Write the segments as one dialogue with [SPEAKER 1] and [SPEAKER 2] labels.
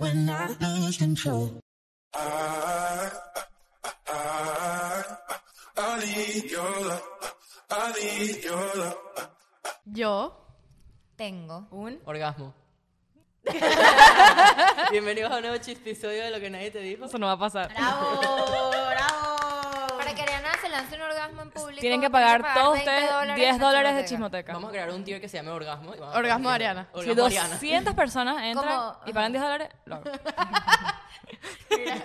[SPEAKER 1] and I lose control.
[SPEAKER 2] I, I, I need your love. I need your love.
[SPEAKER 3] Yo,
[SPEAKER 4] Tengo.
[SPEAKER 3] un...
[SPEAKER 5] Orgasmo. Bienvenidos a un nuevo chistisodio de lo que nadie te dijo.
[SPEAKER 3] Eso no va a pasar.
[SPEAKER 4] ¡Bravo! ¡Bravo! Para que Ariana se lance un orgasmo en público.
[SPEAKER 3] Tienen que pagar todos
[SPEAKER 4] 20
[SPEAKER 3] ustedes 10
[SPEAKER 4] en
[SPEAKER 3] dólares de
[SPEAKER 4] chismoteca.
[SPEAKER 3] chismoteca.
[SPEAKER 5] Vamos a crear un tier que se llame Orgasmo. y vamos a-
[SPEAKER 3] Orgasmo de Ariana. Si
[SPEAKER 5] Orgasmo de Ariana.
[SPEAKER 3] 200 personas entran
[SPEAKER 4] Como-
[SPEAKER 3] y pagan 10 dólares, lo hago.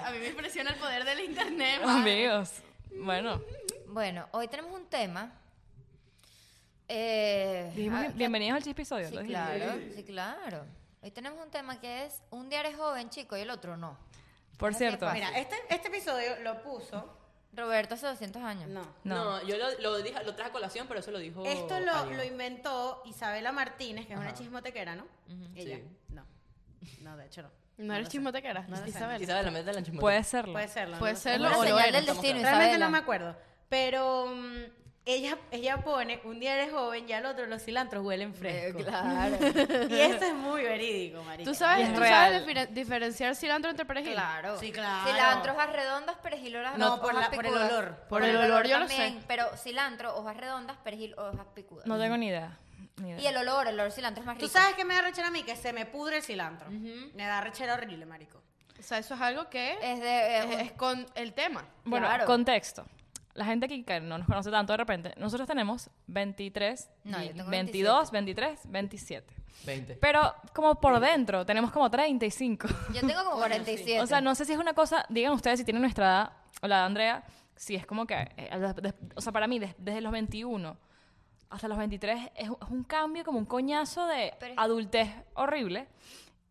[SPEAKER 6] A mí me impresiona el poder del internet.
[SPEAKER 3] Amigos. Bueno,
[SPEAKER 4] Bueno, hoy tenemos un tema. Eh,
[SPEAKER 3] dijimos
[SPEAKER 4] ah,
[SPEAKER 3] bien- bienvenidos al chispisodio.
[SPEAKER 4] Sí,
[SPEAKER 3] lo dijimos.
[SPEAKER 4] claro, sí, claro. Hoy tenemos un tema que es un día eres joven, chico, y el otro no.
[SPEAKER 3] Por
[SPEAKER 4] Así
[SPEAKER 3] cierto,
[SPEAKER 4] pasa.
[SPEAKER 6] Mira, este, este episodio lo puso.
[SPEAKER 4] Roberto hace 200 años.
[SPEAKER 6] No.
[SPEAKER 3] no.
[SPEAKER 5] No, yo lo, lo, dije, lo traje a colación, pero eso lo dijo.
[SPEAKER 6] Esto lo,
[SPEAKER 5] alguien.
[SPEAKER 6] lo inventó Isabela Martínez, que es una
[SPEAKER 5] Ajá.
[SPEAKER 6] chismotequera, ¿no? Ella.
[SPEAKER 5] Sí.
[SPEAKER 6] No. No, de hecho no.
[SPEAKER 7] No eres chismotequera,
[SPEAKER 6] No lo sé.
[SPEAKER 7] Isabel.
[SPEAKER 5] Isabel, la meta de la chismoteca.
[SPEAKER 3] puede serlo.
[SPEAKER 6] Puede serlo. no
[SPEAKER 7] Puede
[SPEAKER 6] lo sé.
[SPEAKER 7] serlo
[SPEAKER 4] Una
[SPEAKER 7] o lo
[SPEAKER 4] señal
[SPEAKER 7] eres.
[SPEAKER 4] del destino,
[SPEAKER 6] Realmente
[SPEAKER 4] Isabela.
[SPEAKER 6] no me acuerdo. Pero mm, ella, ella pone, un día eres joven y al otro los cilantros huelen
[SPEAKER 4] Eh,
[SPEAKER 6] fresco.
[SPEAKER 4] Claro.
[SPEAKER 6] Y eso es muy verídico, marica.
[SPEAKER 7] ¿Tú sabes,
[SPEAKER 3] Es
[SPEAKER 7] tú
[SPEAKER 3] real.
[SPEAKER 7] sabes diferen- diferenciar cilantro entre perejil?
[SPEAKER 4] Claro.
[SPEAKER 6] Sí, claro.
[SPEAKER 4] Cilantro, hojas redondas, perejil, hojas
[SPEAKER 6] No,
[SPEAKER 4] hojas
[SPEAKER 6] por la- por el
[SPEAKER 4] picudas.
[SPEAKER 6] olor.
[SPEAKER 7] Por el olor, yo lo
[SPEAKER 4] también,
[SPEAKER 7] sé.
[SPEAKER 4] Pero cilantro, hojas redondas, perejil, hojas picudas.
[SPEAKER 3] No tengo ni idea. Ni
[SPEAKER 4] Y
[SPEAKER 3] idea.
[SPEAKER 4] el olor, el olor de cilantro es más
[SPEAKER 6] ¿Tú
[SPEAKER 4] rico.
[SPEAKER 6] sabes qué me da rechera a mí? Que se me pudre el cilantro. Me da rechera horrible, marico.
[SPEAKER 7] O sea, eso es algo que es,
[SPEAKER 4] Es de... eh, es-
[SPEAKER 7] es con el tema.
[SPEAKER 3] Bueno,
[SPEAKER 4] Claro.
[SPEAKER 3] contexto. La gente aquí que no nos conoce tanto de repente, nosotros tenemos 23,
[SPEAKER 4] No,
[SPEAKER 3] y-
[SPEAKER 4] yo tengo
[SPEAKER 3] 22, 23, 27.
[SPEAKER 5] 20.
[SPEAKER 3] Pero como por dentro, tenemos como 35.
[SPEAKER 4] Yo tengo como 47.
[SPEAKER 3] O sea, no sé si es una cosa, digan ustedes si tienen nuestra edad, o la de Andrea, si es como que, eh, des- des- o sea, para mí, des- desde los 21 hasta los 23 es, un- es un cambio, como un coñazo de
[SPEAKER 4] Pero es-
[SPEAKER 3] adultez horrible.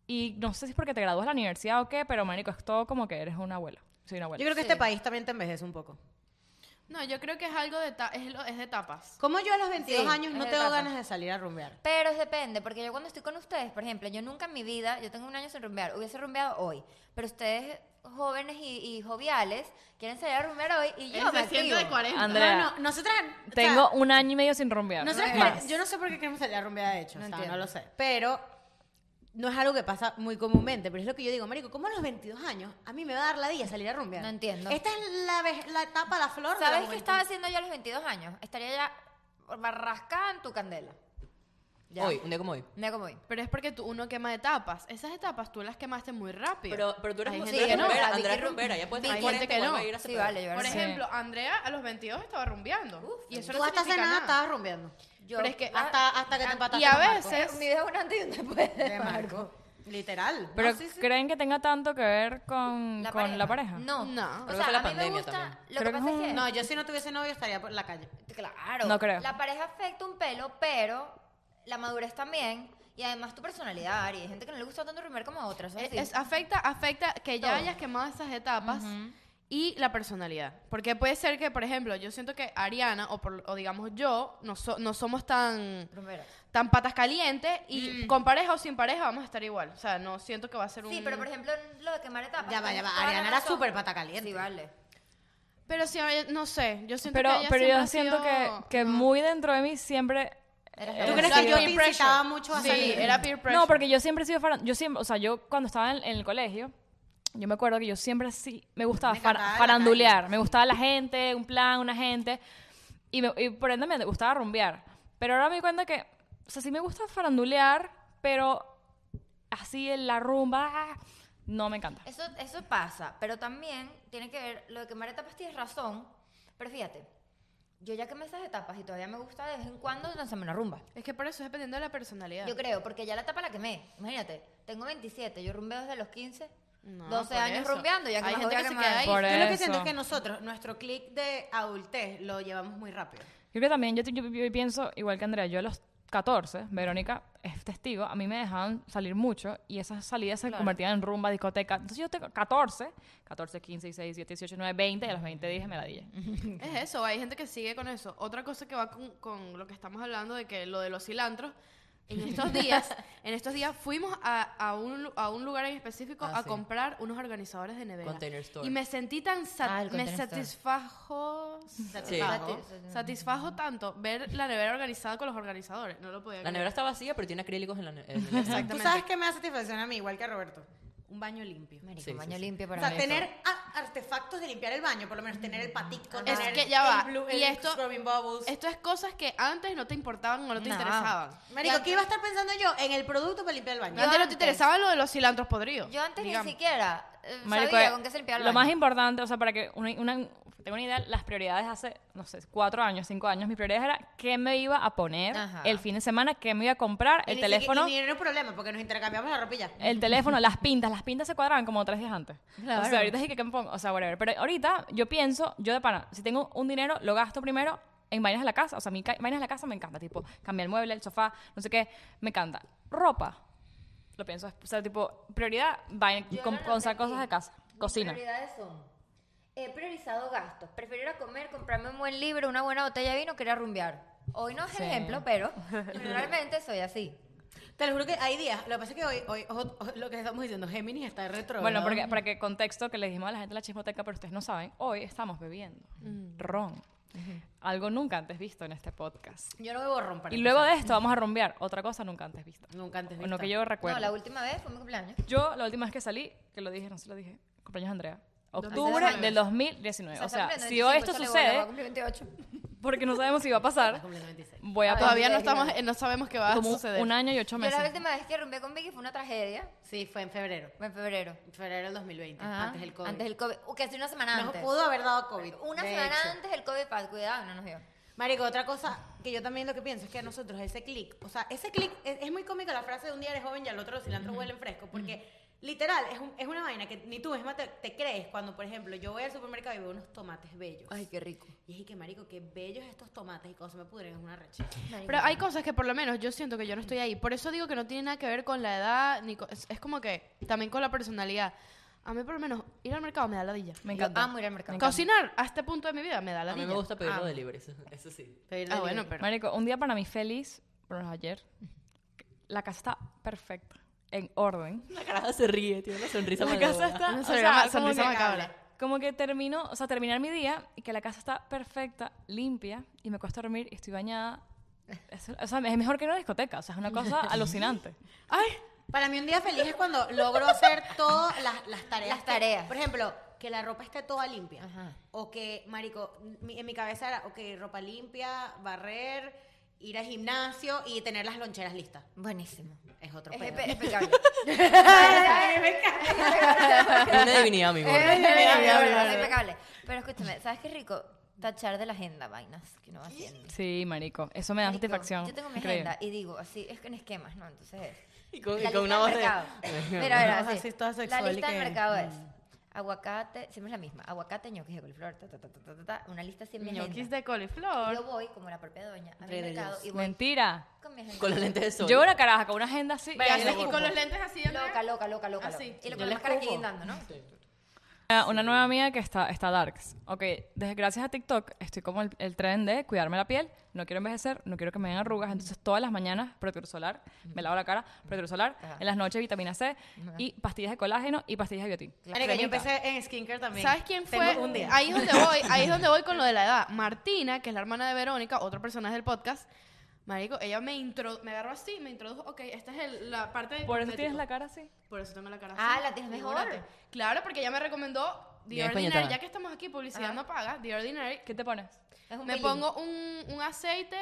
[SPEAKER 3] Y no sé si es porque te gradúas de la universidad o qué, pero marico, es todo como que eres un abuelo. Soy un
[SPEAKER 6] Yo
[SPEAKER 3] abuelo.
[SPEAKER 6] creo que este país también te envejece un poco.
[SPEAKER 7] No, yo creo que es algo de, ta- es, lo- es de etapas.
[SPEAKER 6] Como yo a los 22
[SPEAKER 4] Sí,
[SPEAKER 6] años
[SPEAKER 4] es
[SPEAKER 6] no
[SPEAKER 4] de
[SPEAKER 6] tengo
[SPEAKER 4] etapa.
[SPEAKER 6] ganas de salir a rumbear.
[SPEAKER 4] Pero es depende, porque yo cuando estoy con ustedes, por ejemplo, yo nunca en mi vida, yo tengo un año sin rumbear, hubiese rumbeado hoy, pero ustedes jóvenes y, y joviales quieren salir a rumbear hoy y yo
[SPEAKER 7] Él
[SPEAKER 4] me
[SPEAKER 7] se siente
[SPEAKER 4] activo.
[SPEAKER 7] de 40.
[SPEAKER 3] Andrea,
[SPEAKER 6] No, no, nosotras. o sea,
[SPEAKER 3] tengo un año y medio sin rumbear.
[SPEAKER 6] nosotras
[SPEAKER 3] Más.
[SPEAKER 6] quere- yo no sé por qué queremos salir a rumbear, de hecho.
[SPEAKER 4] No
[SPEAKER 6] o sea,
[SPEAKER 4] entiendo.
[SPEAKER 6] no lo sé. Pero no es algo que pasa muy comúnmente. Pero es lo que yo digo, Marico, ¿cómo a los 22 años a mí me va a dar la día salir a rumbear?
[SPEAKER 4] No entiendo.
[SPEAKER 6] Esta es la, ve- la etapa, la flor. de la
[SPEAKER 4] ¿Sabes qué
[SPEAKER 6] juventud.
[SPEAKER 4] estaba haciendo yo a los 22 años? Estaría ya barrascada en tu candela. Ya.
[SPEAKER 5] Hoy, un día como hoy.
[SPEAKER 4] Mira cómo voy.
[SPEAKER 7] Pero es porque tú, uno quema etapas. Esas etapas tú las quemaste muy rápido.
[SPEAKER 5] Pero, pero tú eres,
[SPEAKER 7] Hay
[SPEAKER 5] tú
[SPEAKER 7] gente
[SPEAKER 5] eres
[SPEAKER 4] que no,
[SPEAKER 5] rumbera,
[SPEAKER 4] la
[SPEAKER 5] Andrea es
[SPEAKER 4] Vicky Rum-
[SPEAKER 5] rumbera. Ya puedes
[SPEAKER 4] Vicky
[SPEAKER 5] tener
[SPEAKER 7] Hay
[SPEAKER 5] 40
[SPEAKER 7] gente que
[SPEAKER 5] y
[SPEAKER 7] no.
[SPEAKER 5] vuelve a ir a hacer
[SPEAKER 4] Sí,
[SPEAKER 5] pedo.
[SPEAKER 4] vale, yo
[SPEAKER 7] Por
[SPEAKER 4] ahora sí.
[SPEAKER 7] ejemplo, Andrea a los 22 estaba rumbeando. y eso
[SPEAKER 6] Tú
[SPEAKER 7] no
[SPEAKER 6] hasta hace
[SPEAKER 7] significa
[SPEAKER 6] nada
[SPEAKER 7] nada.
[SPEAKER 6] estabas rumbeando.
[SPEAKER 4] Yo-
[SPEAKER 7] pero es que-
[SPEAKER 6] Hasta, hasta que te
[SPEAKER 4] Ah,
[SPEAKER 6] empataste
[SPEAKER 7] y a
[SPEAKER 6] con Marco.
[SPEAKER 7] veces...
[SPEAKER 4] Mi vida es un antes y un después de
[SPEAKER 6] De
[SPEAKER 4] Marco.
[SPEAKER 6] Marco. Literal.
[SPEAKER 3] Pero
[SPEAKER 6] No, sí, sí.
[SPEAKER 3] ¿creen que tenga tanto que ver con con la pareja?
[SPEAKER 4] No.
[SPEAKER 7] No,
[SPEAKER 4] O
[SPEAKER 5] creo que
[SPEAKER 4] sea,
[SPEAKER 5] fue la
[SPEAKER 4] a mí me
[SPEAKER 5] pandemia
[SPEAKER 4] gusta...
[SPEAKER 5] también.
[SPEAKER 4] Lo
[SPEAKER 3] Creo
[SPEAKER 4] que
[SPEAKER 3] que es
[SPEAKER 4] pasa es
[SPEAKER 3] un-
[SPEAKER 4] que...
[SPEAKER 6] No, yo si no tuviese novio estaría por la calle.
[SPEAKER 4] Claro.
[SPEAKER 3] No creo.
[SPEAKER 4] La pareja afecta un pelo, pero la madurez también. Y además tu personalidad, Ari. Hay gente que no le gusta tanto rumiar como a otras. ¿sabes?
[SPEAKER 7] Es- Eh, es- afecta, afecta que ya
[SPEAKER 4] Todo.
[SPEAKER 7] hayas quemado esas etapas y la personalidad. Porque puede ser que, por ejemplo, yo siento que Ariana, o, por- o digamos yo, no, so- no somos tan,
[SPEAKER 4] Rumbera.
[SPEAKER 7] tan patas calientes y con pareja o sin pareja vamos a estar igual. O sea, no siento que va a ser un...
[SPEAKER 4] Mm. Sí, pero por ejemplo, lo de quemar etapas.
[SPEAKER 6] Ya va, ya
[SPEAKER 4] tienes
[SPEAKER 6] va.
[SPEAKER 4] toda la
[SPEAKER 6] Ariana era
[SPEAKER 4] razón.
[SPEAKER 6] súper pata caliente.
[SPEAKER 4] Sí, vale.
[SPEAKER 7] Pero sí, oye, no sé, yo siento
[SPEAKER 3] Pero,
[SPEAKER 7] que ella
[SPEAKER 3] pero
[SPEAKER 7] siempre
[SPEAKER 3] yo
[SPEAKER 7] ha
[SPEAKER 3] siento
[SPEAKER 7] sido-
[SPEAKER 3] que, que muy dentro de mí siempre...
[SPEAKER 4] Eres
[SPEAKER 3] eh,
[SPEAKER 6] ¿Tú
[SPEAKER 4] Eh,
[SPEAKER 6] crees
[SPEAKER 7] sí.
[SPEAKER 6] que yo te
[SPEAKER 7] Peer pressure.
[SPEAKER 6] incitaba mucho a
[SPEAKER 7] Sí,
[SPEAKER 6] salir?
[SPEAKER 7] era peer pressure.
[SPEAKER 3] No, porque yo siempre he sido faran- yo siempre, o sea, yo cuando estaba en, en el colegio, yo me acuerdo que yo siempre sí me gustaba
[SPEAKER 6] Me
[SPEAKER 3] far-
[SPEAKER 6] encantaba la
[SPEAKER 3] farandulear,
[SPEAKER 6] calle,
[SPEAKER 3] me gustaba la gente, un plan, una gente y, me- y por ende me gustaba rumbear. Pero ahora me di cuenta que, o sea, sí me gusta farandulear, pero así en la rumba ah, no me encanta.
[SPEAKER 4] Eso, eso pasa, pero también tiene que ver, lo de quemar etapas tienes razón, pero fíjate, yo ya quemé esas etapas y todavía me gusta de vez en cuando lanzarme una rumba.
[SPEAKER 7] Es que por eso es dependiendo de la personalidad.
[SPEAKER 4] Yo creo, porque ya la etapa la quemé. Imagínate, tengo 27, yo rumbeo desde los 15,
[SPEAKER 7] No,
[SPEAKER 4] 12
[SPEAKER 7] por
[SPEAKER 4] años
[SPEAKER 7] eso.
[SPEAKER 4] rumbeando, ya que
[SPEAKER 7] Hay
[SPEAKER 4] más voy
[SPEAKER 7] gente
[SPEAKER 4] a
[SPEAKER 7] que se
[SPEAKER 4] quemar.
[SPEAKER 7] queda ahí.
[SPEAKER 3] Por
[SPEAKER 6] Yo lo que siento es
[SPEAKER 3] eso.
[SPEAKER 6] que nosotros, nuestro clic de adultez, lo llevamos muy rápido.
[SPEAKER 3] Yo creo que también, yo, yo- yo pienso, igual que Andrea, yo a los 14, Verónica es testigo, a mí me dejaban salir mucho y esas salidas se convertían en rumba, discoteca. Entonces yo tengo 14, 14, 15, 16, 17, 18, 19, 20, y a los 20 dije me la dije.
[SPEAKER 7] Es eso, hay gente que sigue con eso. Otra cosa que va con, con lo que estamos hablando de que lo de los cilantros, en estos días, en estos días fuimos a, a un, lu- a un lugar en específico
[SPEAKER 5] Ah,
[SPEAKER 7] a
[SPEAKER 5] sí.
[SPEAKER 7] comprar unos organizadores de nevera.
[SPEAKER 5] Container store.
[SPEAKER 7] Y me sentí tan sa-
[SPEAKER 4] Ah, el
[SPEAKER 7] me
[SPEAKER 4] container store.
[SPEAKER 7] satisfajo
[SPEAKER 6] Satisfago.
[SPEAKER 4] Sí.
[SPEAKER 7] satisfajo tanto ver la nevera organizada con los organizadores. No lo podía
[SPEAKER 5] La
[SPEAKER 7] creer.
[SPEAKER 5] nevera está vacía, pero tiene acrílicos en la nevera.
[SPEAKER 6] Tú sabes que me da satisfacción a mí, igual que a Roberto. un baño limpio.
[SPEAKER 4] Marico,
[SPEAKER 5] Sí,
[SPEAKER 4] un
[SPEAKER 5] sí,
[SPEAKER 4] baño
[SPEAKER 5] sí.
[SPEAKER 4] limpio
[SPEAKER 6] O
[SPEAKER 4] para
[SPEAKER 6] sea,
[SPEAKER 4] mí.
[SPEAKER 6] tener a- artefactos de limpiar el baño, por lo menos tener el patico,
[SPEAKER 4] Es
[SPEAKER 6] tener
[SPEAKER 7] que ya va,
[SPEAKER 6] el blue-
[SPEAKER 7] y
[SPEAKER 6] el
[SPEAKER 7] esto-
[SPEAKER 6] scrubbing bubbles.
[SPEAKER 7] Esto es cosas que antes no te importaban o no te
[SPEAKER 4] No.
[SPEAKER 7] interesaban.
[SPEAKER 6] Marico,
[SPEAKER 7] Yo
[SPEAKER 6] ¿qué iba a estar pensando yo? En el producto para limpiar el baño.
[SPEAKER 7] antes, no te
[SPEAKER 4] antes-
[SPEAKER 7] interesaba lo de los cilantros podridos.
[SPEAKER 4] Yo antes
[SPEAKER 7] digamos.
[SPEAKER 4] ni siquiera eh,
[SPEAKER 3] Marico,
[SPEAKER 4] sabía
[SPEAKER 3] eh,
[SPEAKER 4] con qué se limpiaba el
[SPEAKER 3] Lo más
[SPEAKER 4] baño.
[SPEAKER 3] importante, o sea, para que una, una- tengo una idea, las prioridades hace, no sé, cuatro años, cinco años, mis prioridades era qué me iba a poner
[SPEAKER 4] Ajá.
[SPEAKER 3] el fin de semana, qué me iba a comprar,
[SPEAKER 6] Y
[SPEAKER 3] el
[SPEAKER 6] ni
[SPEAKER 3] teléfono,
[SPEAKER 6] siquiera- y ni era un problema porque nos intercambiamos la ropilla.
[SPEAKER 3] el teléfono, las pintas, las pintas se cuadraban como tres días antes. O
[SPEAKER 4] Claro.
[SPEAKER 3] sea, ahorita sí que qué me pongo, o sea, whatever. Pero ahorita yo pienso, yo de pana, si tengo un dinero, lo gasto primero en vainas de la casa, o sea, mi ca- vainas de la casa me encanta, tipo, cambiar el mueble, el sofá, no sé qué, me encanta. Ropa, lo pienso, o sea, tipo, prioridad, vaina,
[SPEAKER 4] Yo
[SPEAKER 3] com-
[SPEAKER 4] no lo
[SPEAKER 3] cosas
[SPEAKER 4] entendí.
[SPEAKER 3] cosas de casa,
[SPEAKER 4] Mis
[SPEAKER 3] cocina.
[SPEAKER 4] prioridades son, he priorizado gastos. Prefiero ir a comer, comprarme un buen libro, una buena botella de vino que ir a rumbear. Hoy no es
[SPEAKER 3] Sí.
[SPEAKER 4] el ejemplo, pero generalmente soy así.
[SPEAKER 6] Te lo juro que hay días. Lo que pasa es que hoy, hoy ojo, ojo, lo que estamos diciendo, Géminis está retro.
[SPEAKER 3] Bueno, porque, para que contexto que le dijimos a la gente de la chismoteca, pero ustedes no saben, hoy estamos bebiendo ron. Algo nunca antes visto en este podcast.
[SPEAKER 6] Yo no bebo ron para
[SPEAKER 3] Y luego de
[SPEAKER 6] empezar.
[SPEAKER 3] esto vamos a rumbear otra cosa nunca antes vista.
[SPEAKER 6] Nunca antes
[SPEAKER 3] En lo que
[SPEAKER 6] vista.
[SPEAKER 3] yo recuerdo.
[SPEAKER 4] No, la última vez fue mi cumpleaños.
[SPEAKER 3] Yo, la última vez que salí, que lo dije, no se lo dije, cumpleaños de Andrea. Octubre
[SPEAKER 7] 2019.
[SPEAKER 3] del 2019. O sea,
[SPEAKER 4] está
[SPEAKER 3] si
[SPEAKER 4] cumpliendo 25,
[SPEAKER 3] hoy esto
[SPEAKER 4] échale bola, va a
[SPEAKER 3] sucede,
[SPEAKER 4] cumplir 28.
[SPEAKER 3] porque no sabemos si va a
[SPEAKER 6] Está
[SPEAKER 3] pasar,
[SPEAKER 6] cumpliendo 26.
[SPEAKER 3] voy a
[SPEAKER 7] Todavía no
[SPEAKER 4] Ay,
[SPEAKER 7] estamos,
[SPEAKER 4] Dios.
[SPEAKER 7] eh, no sabemos qué va a
[SPEAKER 3] como
[SPEAKER 7] suceder.
[SPEAKER 3] un año y ocho
[SPEAKER 4] Yo la
[SPEAKER 3] meses.
[SPEAKER 4] última vez que rumbeé con Vicky fue una tragedia.
[SPEAKER 6] Sí, fue en febrero.
[SPEAKER 4] Fue en febrero.
[SPEAKER 6] En febrero del 2020,
[SPEAKER 4] Ajá,
[SPEAKER 6] antes del COVID.
[SPEAKER 4] Antes del COVID. O que hace una semana
[SPEAKER 6] Nos
[SPEAKER 4] antes.
[SPEAKER 6] pudo haber dado COVID.
[SPEAKER 4] Una
[SPEAKER 6] de
[SPEAKER 4] semana
[SPEAKER 6] hecho.
[SPEAKER 4] antes el COVID, pa- cuidado, no nos dio.
[SPEAKER 6] Marico, otra cosa que yo también lo que pienso es que a nosotros ese clic, o sea, ese clic es, es muy cómica la frase de un día eres joven y al otro los cilantros huelen fresco, porque literal es, un- es una vaina que ni tú misma te, te crees cuando, por ejemplo, yo voy al supermercado y veo unos tomates bellos.
[SPEAKER 4] qué rico.
[SPEAKER 6] Y dije que, marico, qué bellos estos tomates y cuando se me pudren es una reche.
[SPEAKER 7] Pero hay cosas que por lo menos yo siento que yo no estoy ahí. Por eso digo que no tiene nada que ver con la edad, ni co- es, es como que también con la personalidad. A mí por lo menos ir al mercado me da ladilla.
[SPEAKER 3] Me encanta.
[SPEAKER 4] amo ir al mercado.
[SPEAKER 7] Cocinar a este punto de mi vida me da
[SPEAKER 5] A mí
[SPEAKER 7] ladilla.
[SPEAKER 5] me gusta pedir
[SPEAKER 6] Ah.
[SPEAKER 5] los deliveries, eso sí.
[SPEAKER 6] Pedir
[SPEAKER 7] Ah,
[SPEAKER 6] delivery.
[SPEAKER 7] bueno, pero...
[SPEAKER 3] Marico, un día para mí feliz, por lo menos ayer, la casa está perfecta, en orden.
[SPEAKER 5] La caraja se ríe, tiene una sonrisa
[SPEAKER 3] La
[SPEAKER 5] malvada.
[SPEAKER 3] casa está.
[SPEAKER 7] Una
[SPEAKER 3] o
[SPEAKER 7] sonrisa-
[SPEAKER 3] sea, como
[SPEAKER 7] sonrisa
[SPEAKER 3] que-
[SPEAKER 7] macabra.
[SPEAKER 3] Como que termino, o sea, terminar mi día y que la casa está perfecta, limpia y me cuesta dormir y estoy bañada. Es- o sea, es mejor que una discoteca, o sea, es una cosa alucinante.
[SPEAKER 7] Ay,
[SPEAKER 6] Para mí un día feliz es cuando logro hacer todas las, las tareas.
[SPEAKER 4] Las
[SPEAKER 6] que-
[SPEAKER 4] tareas.
[SPEAKER 6] por ejemplo, que la ropa esté toda limpia.
[SPEAKER 4] Ajá.
[SPEAKER 6] O que, marico, mi- en mi cabeza era, ok, ropa limpia, barrer, ir al gimnasio y tener las loncheras listas.
[SPEAKER 4] Buenísimo.
[SPEAKER 6] Es otro
[SPEAKER 4] Es
[SPEAKER 6] pedo.
[SPEAKER 4] espe- impecable.
[SPEAKER 5] Es una divinidad, amigo.
[SPEAKER 4] Es
[SPEAKER 7] mira.
[SPEAKER 4] impecable. Pero escúchame, ¿sabes qué rico? Tachar de la agenda vainas que uno va haciendo.
[SPEAKER 3] Sí, marico, eso me da
[SPEAKER 4] Marico,
[SPEAKER 3] satisfacción.
[SPEAKER 4] Yo tengo mi
[SPEAKER 3] increíble.
[SPEAKER 4] agenda y digo, así, es que en esquemas, ¿no? Entonces.
[SPEAKER 5] Y con, y
[SPEAKER 4] la
[SPEAKER 5] con
[SPEAKER 4] lista
[SPEAKER 5] una
[SPEAKER 4] del
[SPEAKER 5] voz de...
[SPEAKER 4] mercado. Mira, mira,
[SPEAKER 6] Ajá,
[SPEAKER 4] así.
[SPEAKER 6] sí, toda
[SPEAKER 4] La
[SPEAKER 6] sexual y
[SPEAKER 4] lista del
[SPEAKER 6] que-
[SPEAKER 4] mercado es aguacate, siempre es la misma, aguacate, ñoquis de coliflor, ta, ta, ta, ta, ta, ta, una lista siempre
[SPEAKER 7] ñoquis de coliflor.
[SPEAKER 4] Yo voy como la propia doña a mi
[SPEAKER 6] Entre
[SPEAKER 4] mercado
[SPEAKER 6] ellos.
[SPEAKER 4] y voy
[SPEAKER 3] Mentira.
[SPEAKER 4] con mi agenda.
[SPEAKER 5] Con los lentes de sol.
[SPEAKER 3] Yo una caraja con una agenda así.
[SPEAKER 7] Pero
[SPEAKER 3] y
[SPEAKER 7] así,
[SPEAKER 3] yo-
[SPEAKER 7] y con los lentes así. Andrea.
[SPEAKER 4] Loca, loca, loca, loca.
[SPEAKER 7] Así.
[SPEAKER 4] loca. Y
[SPEAKER 7] Yo
[SPEAKER 4] lo con
[SPEAKER 7] le
[SPEAKER 4] la máscara que
[SPEAKER 7] escupo.
[SPEAKER 4] ir dando, ¿no?
[SPEAKER 3] Ah, Una nueva mía que está, está darks. Ok, desde, gracias a TikTok estoy como el, el tren de cuidarme la piel, no quiero envejecer, no quiero que me den arrugas, entonces todas las mañanas protector solar, me lavo la cara, protector solar,
[SPEAKER 4] Ajá.
[SPEAKER 3] en las noches vitamina C y pastillas de colágeno y pastillas de biotín.
[SPEAKER 6] Marico, yo
[SPEAKER 3] Cremita.
[SPEAKER 6] empecé en skincare también.
[SPEAKER 7] ¿Sabes quién fue?
[SPEAKER 6] Tengo un día.
[SPEAKER 7] Ahí es donde voy, ahí es donde voy con lo de la edad. Martina, que es la hermana de Verónica, otra personaje del podcast. Marico, ella me intro, me agarró así, me introdujo, ok, esta es el- la parte de
[SPEAKER 3] Por eso
[SPEAKER 7] cosmético.
[SPEAKER 3] tienes la cara así.
[SPEAKER 7] Por eso tengo la cara así.
[SPEAKER 4] Ah, la tienes mejor.
[SPEAKER 7] figúrate. Claro, porque ella me recomendó The
[SPEAKER 5] Bien
[SPEAKER 7] Ordinary,
[SPEAKER 5] puñetona.
[SPEAKER 7] ya que estamos aquí, publicidad
[SPEAKER 4] Ajá.
[SPEAKER 7] no paga, The Ordinary.
[SPEAKER 3] ¿Qué te pones?
[SPEAKER 4] Es un
[SPEAKER 7] Me
[SPEAKER 4] peeling.
[SPEAKER 7] pongo un, un aceite,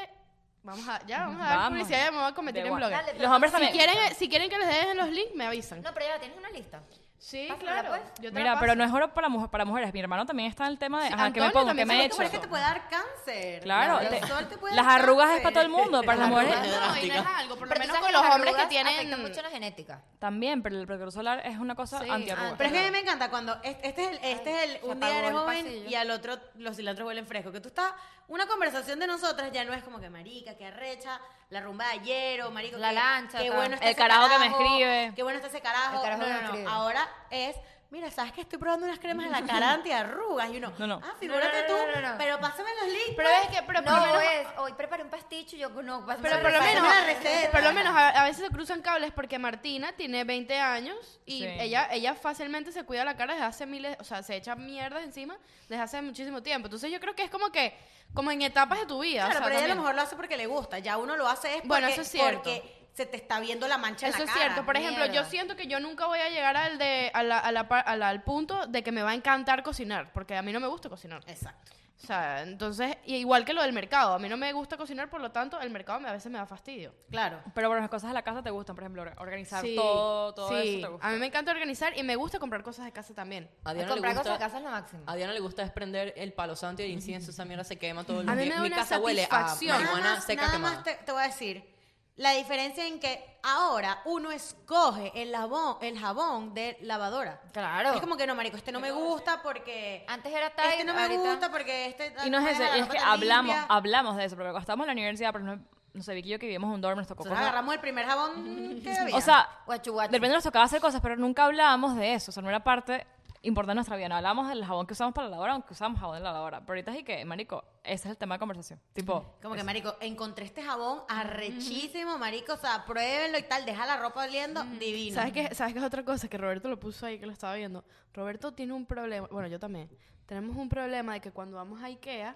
[SPEAKER 7] vamos a, ya, vamos a dar
[SPEAKER 3] Vamos.
[SPEAKER 7] publicidad, ya me voy a convertir
[SPEAKER 3] De
[SPEAKER 7] en
[SPEAKER 3] guan.
[SPEAKER 7] blogger.
[SPEAKER 4] Dale, pero-
[SPEAKER 3] Los hombres
[SPEAKER 7] Si
[SPEAKER 3] también.
[SPEAKER 7] quieren, si quieren que les dejen los links, me avisan.
[SPEAKER 4] No, pero ya la tienes una lista.
[SPEAKER 7] sí,
[SPEAKER 4] pásamela,
[SPEAKER 7] claro.
[SPEAKER 4] pues.
[SPEAKER 7] yo te la
[SPEAKER 3] Mira, pero
[SPEAKER 7] paso.
[SPEAKER 3] no es oro para, mujer- para mujeres. Mi hermano también está en el tema de,
[SPEAKER 7] Sí,
[SPEAKER 3] ajá, ¿qué me
[SPEAKER 7] Antonio
[SPEAKER 3] pongo? ¿Qué
[SPEAKER 7] también
[SPEAKER 3] me
[SPEAKER 7] se
[SPEAKER 3] he
[SPEAKER 7] lo
[SPEAKER 3] hecho?
[SPEAKER 6] Pero es que te puede dar cáncer.
[SPEAKER 3] Claro,
[SPEAKER 6] El
[SPEAKER 3] te-
[SPEAKER 6] sol te puede
[SPEAKER 3] las
[SPEAKER 6] dar
[SPEAKER 3] arrugas es
[SPEAKER 6] cáncer.
[SPEAKER 3] para todo el mundo, para las
[SPEAKER 5] Las
[SPEAKER 3] mujeres
[SPEAKER 5] arrugas
[SPEAKER 7] No, no, y no es
[SPEAKER 5] drástica.
[SPEAKER 7] algo, por lo
[SPEAKER 4] Pero tú
[SPEAKER 7] menos
[SPEAKER 4] sabes
[SPEAKER 7] con
[SPEAKER 4] que
[SPEAKER 7] los
[SPEAKER 4] las
[SPEAKER 7] hombres que
[SPEAKER 4] arrugas afectan
[SPEAKER 7] tienen...
[SPEAKER 4] mucho la genética.
[SPEAKER 3] también, pero el protector solar es una cosa
[SPEAKER 7] Sí,
[SPEAKER 3] antiarrugas.
[SPEAKER 7] ah,
[SPEAKER 6] Pero es que a mí me encanta cuando es- este es el, este
[SPEAKER 4] Ay,
[SPEAKER 6] es
[SPEAKER 4] se
[SPEAKER 6] el un
[SPEAKER 4] apagó
[SPEAKER 6] día eres
[SPEAKER 4] el
[SPEAKER 6] joven
[SPEAKER 4] pasillo.
[SPEAKER 6] y al otro los cilantros huelen fresco. Que tú estás, una conversación de nosotras ya no es como que marica, que arrecha, la rumba de ayer o marico,
[SPEAKER 4] La
[SPEAKER 6] qué-
[SPEAKER 4] lancha,
[SPEAKER 6] qué
[SPEAKER 4] tal.
[SPEAKER 6] bueno está
[SPEAKER 3] El
[SPEAKER 6] ese
[SPEAKER 3] carajo que me escribe.
[SPEAKER 6] Qué bueno está ese carajo.
[SPEAKER 4] El carajo
[SPEAKER 6] no,
[SPEAKER 4] que me
[SPEAKER 6] no, no.
[SPEAKER 4] escribe.
[SPEAKER 6] Ahora es, mira, sabes que estoy probando unas cremas en la cara antiarrugas y uno,
[SPEAKER 3] No, no.
[SPEAKER 6] ah, figúrate
[SPEAKER 4] No,
[SPEAKER 6] tú,
[SPEAKER 4] no, no, no, no.
[SPEAKER 6] pero pásame los links.
[SPEAKER 7] Pero es que, pero por lo
[SPEAKER 4] no
[SPEAKER 7] menos-
[SPEAKER 4] es, hoy preparé un pasticho y yo no, pásame
[SPEAKER 7] Pero
[SPEAKER 4] la
[SPEAKER 7] por lo
[SPEAKER 4] receta.
[SPEAKER 7] menos,
[SPEAKER 6] una receta.
[SPEAKER 7] por lo menos a, a veces se cruzan cables porque Martina tiene 20 años y
[SPEAKER 3] Sí.
[SPEAKER 7] ella, ella fácilmente se cuida la cara desde hace miles, o sea, se echa mierda encima desde hace muchísimo tiempo. Entonces yo creo que es como que, como en etapas de tu vida. o
[SPEAKER 6] Claro,
[SPEAKER 7] sea,
[SPEAKER 6] pero ella a
[SPEAKER 7] también.
[SPEAKER 6] lo mejor lo hace porque le gusta. Ya uno lo hace es porque,
[SPEAKER 7] Bueno, eso es cierto.
[SPEAKER 6] porque se te está viendo la mancha en la
[SPEAKER 7] Eso es
[SPEAKER 6] cara.
[SPEAKER 7] cierto. Por ejemplo, yo
[SPEAKER 4] mierda.
[SPEAKER 7] siento que yo nunca voy a llegar al, de, a la- a la par- a la- al punto de que me va a encantar cocinar, porque a mí no me gusta cocinar.
[SPEAKER 6] Exacto.
[SPEAKER 7] O sea, entonces, y igual que lo del mercado, a mí no me gusta cocinar, por lo tanto, el mercado me- a veces me da fastidio.
[SPEAKER 6] Claro.
[SPEAKER 3] Pero bueno, las cosas de la casa te gustan, por ejemplo, or- organizar todo, todo
[SPEAKER 7] sí.
[SPEAKER 3] eso te gusta.
[SPEAKER 7] A mí me encanta organizar y me gusta comprar cosas de casa también.
[SPEAKER 5] A Diana, le
[SPEAKER 4] Comprar cosas de
[SPEAKER 5] gusta,
[SPEAKER 4] casa es lo máximo.
[SPEAKER 5] a Diana le gusta es prender el palo santo y el incienso. Esa mierda se quema todo el
[SPEAKER 7] A
[SPEAKER 5] día.
[SPEAKER 7] mí me da
[SPEAKER 5] Mi
[SPEAKER 7] una
[SPEAKER 5] casa huele a
[SPEAKER 7] satisfacción. Nada
[SPEAKER 5] marihuana
[SPEAKER 6] más-
[SPEAKER 5] seca
[SPEAKER 6] nada
[SPEAKER 5] quemada.
[SPEAKER 6] más te, te voy a decir la diferencia en que ahora uno escoge el jabón, el jabón de lavadora.
[SPEAKER 4] Claro.
[SPEAKER 6] Es como que no, marico, este no me gusta porque
[SPEAKER 4] Antes era Tide,
[SPEAKER 6] este no me
[SPEAKER 4] ahorita-
[SPEAKER 6] gusta porque este
[SPEAKER 3] Y no es
[SPEAKER 6] deja
[SPEAKER 3] eso,
[SPEAKER 6] la
[SPEAKER 3] y es
[SPEAKER 6] ropa
[SPEAKER 3] que
[SPEAKER 6] tan
[SPEAKER 3] hablamos,
[SPEAKER 6] limpia.
[SPEAKER 3] hablamos de eso, porque cuando estábamos en la universidad, por ejemplo, no sé, Vicky y yo que vivíamos en un dorm, nos tocó
[SPEAKER 6] Nosotros
[SPEAKER 3] cosas-
[SPEAKER 6] agarramos el primer jabón que había.
[SPEAKER 3] O sea,
[SPEAKER 4] Guachu, guachu.
[SPEAKER 3] de repente nos tocaba hacer cosas, pero nunca hablábamos de eso. O sea, no era parte importante de nuestra vida. No hablábamos del jabón que usamos para la lavadora, aunque usamos jabón de la lavadora. Pero ahorita sí que, marico, ese es el tema de conversación. Tipo,
[SPEAKER 6] como que, marico, encontré este jabón arrechísimo, marico, o sea, pruébenlo y tal, deja la ropa oliendo divino.
[SPEAKER 7] ¿Sabes qué, ¿Sabes qué es otra cosa? Que Roberto lo puso ahí, que lo estaba viendo. Roberto tiene un problema, bueno, yo también. Tenemos un problema de que cuando vamos a Ikea,